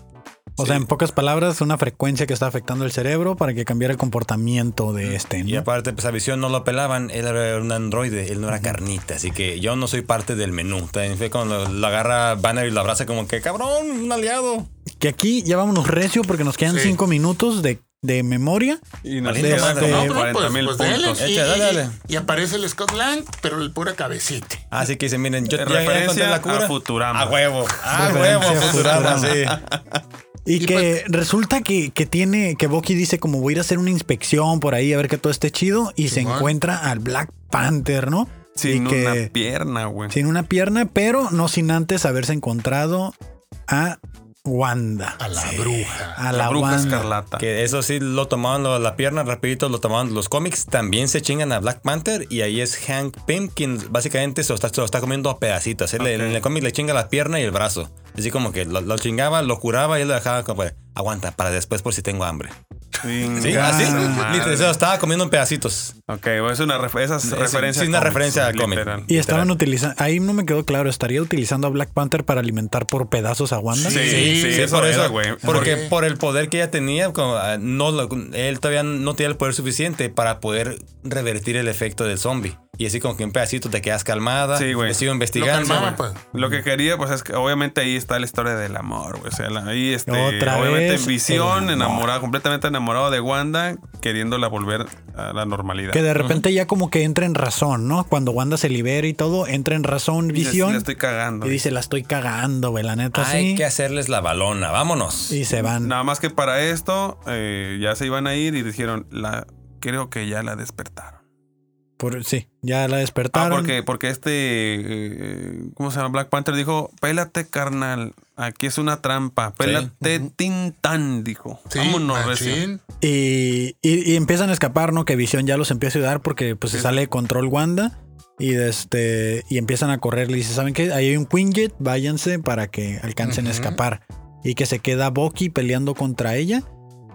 O sea, en pocas palabras, una frecuencia que está afectando el cerebro para que cambiara el comportamiento de este. ¿no? Mm. Y aparte, pues a Visión no lo pelaban, él era un androide, él no era carnita, así que yo no soy parte del menú. También fue cuando lo, lo agarra Banner y lo abraza como que, cabrón, un aliado. Que aquí ya vámonos recio porque nos quedan Sí. cinco minutos de, de memoria. Y nos Valiente quedan madre. Ah, como No, pero 40 mil pues, dele, puntos. y, Echa, dale, y- dale. y aparece el Scott Lang, pero el pura cabecita. Así Ah, que dicen, miren, yo En ya- ya referencia encontré la a cura. Futurama. Eh, A [laughs] huevo, a Referencia huevo, a Futurama, sí. Futurama. Y, Y pues que resulta que, que tiene, que Bucky dice como voy a ir a hacer una inspección por ahí a ver que todo esté chido y se Simón. encuentra al Black Panther, ¿no? Sin y una que pierna, güey. sin una pierna, pero no sin antes haberse encontrado a Wanda. A la bruja. A la, La bruja Wanda. escarlata. [laughs] Que eso sí lo tomaban lo- la pierna, rapidito lo tomaban los cómics. También se chingan a Black Panther y ahí es Hank Pym quien básicamente se lo está, se lo está comiendo a pedacitos. Él le- Ok. En el cómic le chinga la pierna y el brazo. Así como que lo, lo chingaba, lo curaba y él lo dejaba como, pues, aguanta para después por si tengo hambre. Sí, Chinga así. su madre. Literal, se lo estaba comiendo en pedacitos. Ok, bueno, es una refer- esas Sí, referencias sí, una cómics, referencia a cómic. literal. Y estaban utilizando, ahí no me quedó claro, estaría utilizando a Black Panther para alimentar por pedazos a Wanda. Sí, sí, eso por era, eso, güey. Porque Ok. por el poder que ella tenía, como, ah, no, lo- él todavía no tenía el poder suficiente para poder revertir el efecto del zombie. Y así como que en pedacitos te quedas calmada, Sí, güey. te sigo Lo investigando. calmaba, pues. Lo que quería, pues es que obviamente ahí está la historia del amor, güey. O sea, la- ahí este, Otra obviamente vez, en visión, el amor. enamorado, completamente enamorado de Wanda, queriéndola volver a la normalidad. Que de repente ya como que entra en razón, ¿no? Cuando Wanda se libera y todo, entra en razón, Y dices, visión. La estoy cagando. Y dice, la estoy cagando, güey, la neta, Hay sí. que hacerles la balona, vámonos. Y se van. Nada más que para esto eh, ya se iban a ir y dijeron, la, creo que ya la despertaron. Por- sí, ya la Ah, despertaron. porque, porque este, eh, ¿cómo se llama? Black Panther dijo, pélate carnal, aquí es una trampa, pélate tintán, dijo. Sí, Vámonos, recién. machín. Y, y- y empiezan a escapar, ¿no? Que Visión ya los empieza a ayudar porque pues se Sí. sale de control Wanda. Y este. Y empiezan a correr. Le dice, ¿saben qué? Ahí hay un Quinjet, váyanse para que alcancen a Ujú. escapar. Y que se queda Bucky peleando contra ella.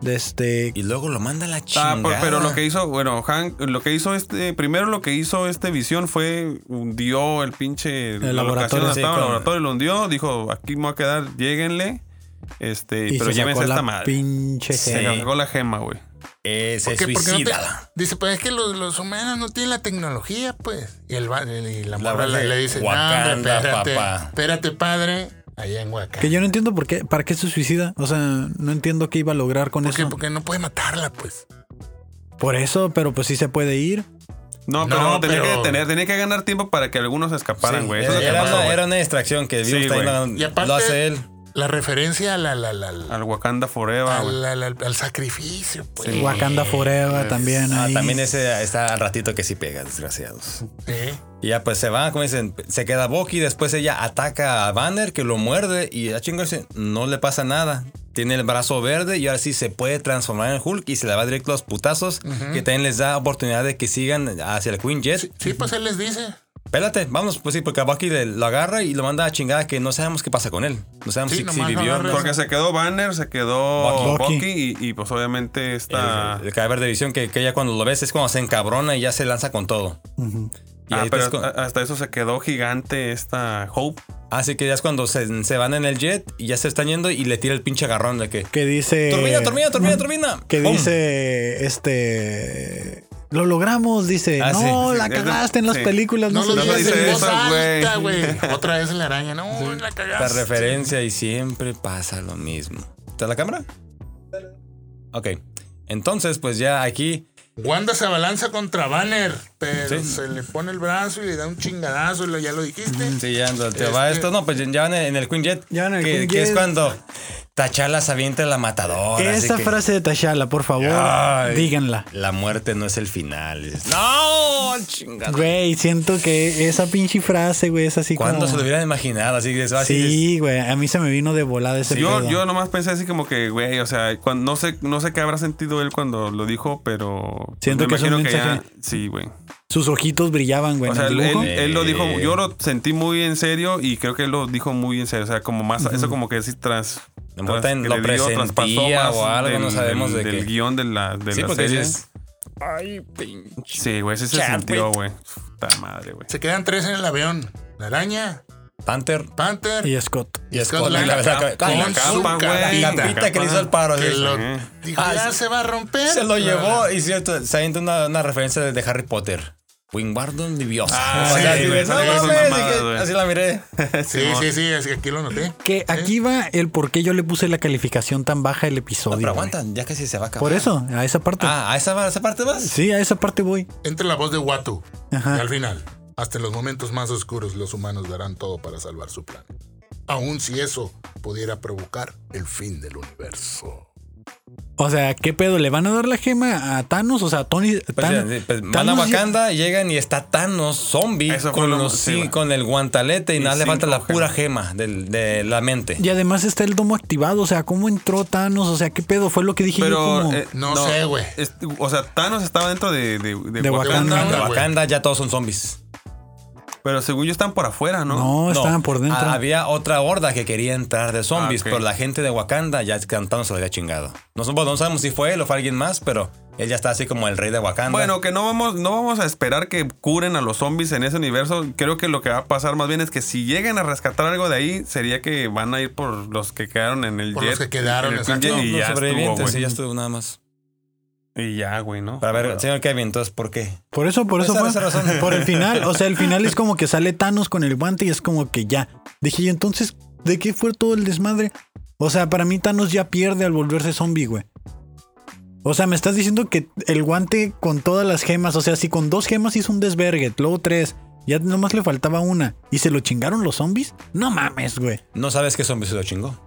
De este. Y luego lo manda a la chingada. Ah, por- pero lo que hizo, bueno, Hank, lo que hizo este, primero lo que hizo este Visión fue hundió el pinche la laboratorio, locación, sí, estaba el con- laboratorio, lo hundió, dijo, aquí me voy a quedar, lléguenle, este, Y pero se sacó llévense la esta madre. pinche Sí. Se gema. cargó la gema, güey. Eh, se ¿Por qué? Porque no te- suicida. dice, pues es que los, los humanos no tienen la tecnología, pues. Y, el, va- el- y la La morra verdad, le, le dice, Wakanda, no, hombre, espérate, papá". espérate, padre, allá en Huacán. Que yo no entiendo por qué. ¿Para qué se suicida? O sea, no entiendo qué iba a lograr con ¿Por qué? eso. Porque no puede matarla, pues. Pues Por eso, pero pues sí se puede ir. No, pero No, tenía pero- que detener, tenía que ganar tiempo para que algunos escaparan, güey. Eso es lo era, que era pasó, una, güey. era una distracción que el Sí, virus también güey. lo- Y aparte- lo hace él. Ah, La referencia a la, la, la, la- Al Wakanda Forever, güey. al, al- al- al sacrificio, pues. Wakanda Forever Pues, también. Ah, ahí. también ese está al ratito que sí pega, desgraciados. sí. Y ya pues se van, como dicen, se queda Bucky, después ella ataca a Banner que lo muerde y a chingarse no le pasa nada. Tiene el brazo verde y ahora sí se puede transformar en Hulk y se le va directo a los putazos, que también les da oportunidad de que sigan hacia el Queen Jet. Sí, sí, pues él les dice. Pélate, vamos, pues sí, porque a Bucky le- lo agarra y lo manda a chingada que no sabemos qué pasa con él. No sabemos Sí, si, si nomás lo vivió. agarra. no- Porque se quedó Banner, se quedó Bucky. Bucky, y, y, pues obviamente está... El, el cadáver de visión que, que ella cuando lo ves es cuando se encabrona y ya se lanza con todo. Ujú. Y ah, ahí pero es cu- hasta- hasta eso se quedó gigante esta Hope. Así ah, que ya es cuando se, se van en el jet y ya se están yendo y le tira el pinche agarrón de que. Que dice. Turbina, turbina, turbina, turbina. Que ¡Pum! Eh, dice. Este. Lo logramos, dice. Ah, no, sí. la Sí, cagaste en las sí. películas, no, No, lo se no digas dice. dice en voz eso, alta, güey. güey. Otra vez en la araña. No, la La cagaste. referencia y siempre pasa lo mismo. ¿Está la cámara? Ok. Entonces, pues ya aquí. Wanda se abalanza contra Banner, pero Sí. se le pone el brazo y le da un chingadazo, y lo- ya lo dijiste. Sí, ya ando- te va Este- esto. No, pues ya van en el Queen Jet. Ya en el que, Queen que es Jet. cuando Tachala se avienta en la matadora. así Esa que- frase de Tashala, por favor, Ay. díganla. La muerte no es el final. Y dices, no, chingada. Güey, siento que esa pinche frase, güey, es así ¿Cuándo como. se lo hubieran imaginado? Así que es así. es- Sí, güey, a mí se me vino de volada ese Yo, pedo. yo nomás pensé así como que, güey, o sea, cuan- no, sé, no sé qué habrá sentido él cuando lo dijo, pero... pues, Siento que es un ya... mensaje. Sí, güey. Sus ojitos brillaban, güey. O en sea, el él, dibujo. él- él lo dijo, Eh. yo lo sentí muy en serio y creo que él lo dijo muy en serio. O sea, como más, eso como que sí trans. A lo trans- mejor también que lo le dio, traspasó presentía más o algo, no sabemos del, de del qué. guión de la, de Sí, la porque serie. dices, Ay, pinche. Sí, güey, sí se Chadwick. sintió, güey. Puta madre, güey. Se quedan tres en el avión. La araña, Panther Panther Y Scott. y Scott. Lang- y la- la- con la la- su capa, güey. carita, La capita que le hizo el paro. que sí. lo- Ajá. dijo, Ah, ya sí. se va a romper. Se lo llevó y cierto, se avienta una, una referencia de Harry Potter. Wingardium Leviosa. Ah, O sea, sí, digo, güey, no esas mames, son mamadas, dije, güey. así [laughs] la miré. Sí, sí, sí, así que aquí lo noté. Que aquí va el por qué yo le puse la calificación tan baja al episodio. Pero güey. aguantan, ya casi se va a acabar. Por eso, a esa parte. Ah, ¿a esa, a esa parte vas? Sí, a esa parte voy. Entra la voz de Watu. Ajá. Y al final, hasta en los momentos más oscuros, los humanos darán todo para salvar su plan. Aun si eso pudiera provocar el fin del universo. O sea, ¿qué pedo? ¿Le van a dar la gema a Thanos? O sea, Tony. Pues, Tan- sí, pues, van a Thanos ya- Wakanda, llegan y está Thanos zombie Eso fue con, lo- los, sí, sí, güey. con el guantalete y, Y nada le falta la cinco pura gema del- de la mente. Y además está el domo activado. O sea, ¿cómo entró Thanos? O sea, ¿qué pedo? Fue lo que dije yo. Pero. Como... eh, No sé, güey. este, O sea, Thanos estaba dentro de, de, de De Wakanda. En Wakanda, güey. Wakanda ya todos son zombies. Pero según yo están por afuera, ¿no? no, estaban por dentro. Ah, Había otra horda que quería entrar de zombies, Ah, ok. pero la gente de Wakanda ya cantando se lo había chingado. No, sab- no sabemos si fue él o fue alguien más, pero él ya está así como el rey de Wakanda. Bueno, que no vamos, no vamos a esperar que curen a los zombies en ese universo. Creo que lo que va a pasar más bien es que si llegan a rescatar algo de ahí, sería que van a ir por los que quedaron en el Por jet. los que quedaron, en el exacto. Queen Jet, los y, ya sobrevivientes, estuvo, güey. sí, ya estuvo nada más. y ya, güey, ¿no? Para ver, Pero- señor Kevin, entonces, ¿por qué? Por eso, por eso Esa- fue. esa razón. [laughs] Por el final. O sea, el final es como que sale Thanos con el guante y es como que ya. Dije, ¿y entonces de qué fue todo el desmadre? O sea, para mí Thanos ya pierde al volverse zombie, güey. O sea, me estás diciendo que el guante con todas las gemas, o sea, si con dos gemas hizo un desvergue, luego tres, ya nomás le faltaba una y se lo chingaron los zombies. No mames, güey. No sabes qué zombies se lo chingó.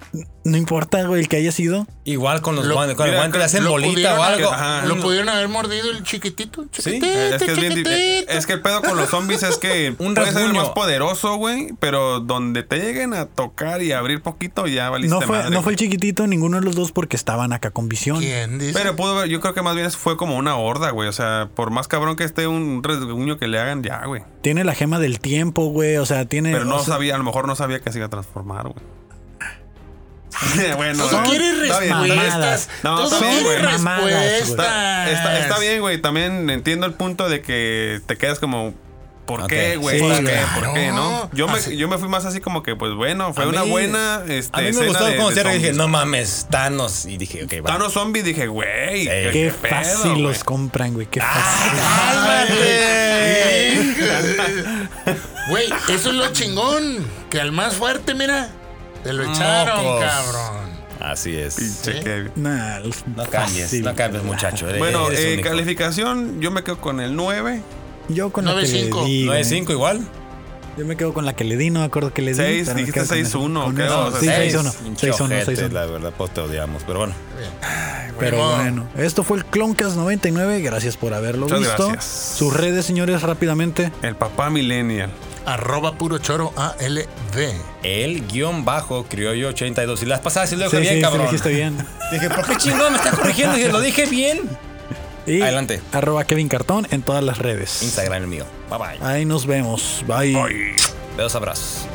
No importa, güey, el que haya sido. Igual con los Lo- guantes, con el mira, guante le hacen lo bolita pudieron o algo. hacer- Lo no. pudieron haber mordido el chiquitito. chiquitito Eh, Es que, es, bien di- eh, chiquitito. es que el pedo con los zombies es que Un puede ser el rasguño. más poderoso, güey, pero donde te lleguen a tocar y abrir poquito ya valiste No fue, madre, no fue güey. el chiquitito, ninguno de los dos porque estaban acá con visión. ¿Quién dice? Pero pudo ver, yo creo que más bien fue como una horda, güey. O sea, por más cabrón que esté un rasguño que le hagan, ya, güey. Tiene la gema del tiempo, güey. O sea, tiene. Pero no o sea, sabía, a lo mejor no sabía que se iba a transformar, güey. [laughs] bueno, Todo güey, quiere está bien. respuestas. mamadas. No, Todo está bien, quiere güey. Mamadas, güey. respuestas. Está, está- está bien, güey. También entiendo el punto de que te quedas como. ¿Por Ok. qué, güey? Sí, ¿Por qué? claro. ¿Por qué, no? Yo me, yo me fui más así como que, pues bueno, fue A una mí- buena. Este, a mí me escena gustó de- cómo de cierra y dije, zombies. no mames, Thanos. Y dije, ok, [laughs] va. Thanos Zombie, dije, güey. Sí. Qué pedo, fácil güey? los compran, güey. Ah, Qué fácil. [laughs] ¡Cálmate! Güey, eso es lo chingón. Que al más fuerte, mira, te lo echaron, Mocos. cabrón. Así es. Pinche Sí. Kevin. Nah, No cambies, fácil. no cambies, muchacho. Eres- Bueno, eres eh, único. calificación, yo me quedo con el 9, Yo con la que le 9-5. di. güey. 9-5 igual. Yo me quedo con la que le di, no me acuerdo que le di. Seis, pero me dijiste quedo con la- 6-1, con creo, esa. o sea, Sí, seis. 6-1. Pinche 6-1, ojete, 6-1. La verdad, pues te odiamos. Pero bueno, Pero Bueno. bueno, esto fue el Cloncast 99. Gracias por haberlo Muchas visto. gracias. Sus redes, señores, rápidamente. el papá millennial. Arroba puro choro ALD. el guión bajo criollo 82. Y las pasadas sí lo dije Sí, bien, sí, sí, lo cabrón. dijiste bien. Dije, ¿por qué chingón me estás corrigiendo? Dije, lo dije bien. Y Adelante. Arroba Kevin Cartón en todas las redes. Instagram el mío. Bye bye. Ahí nos vemos. Bye. Besos, abrazos.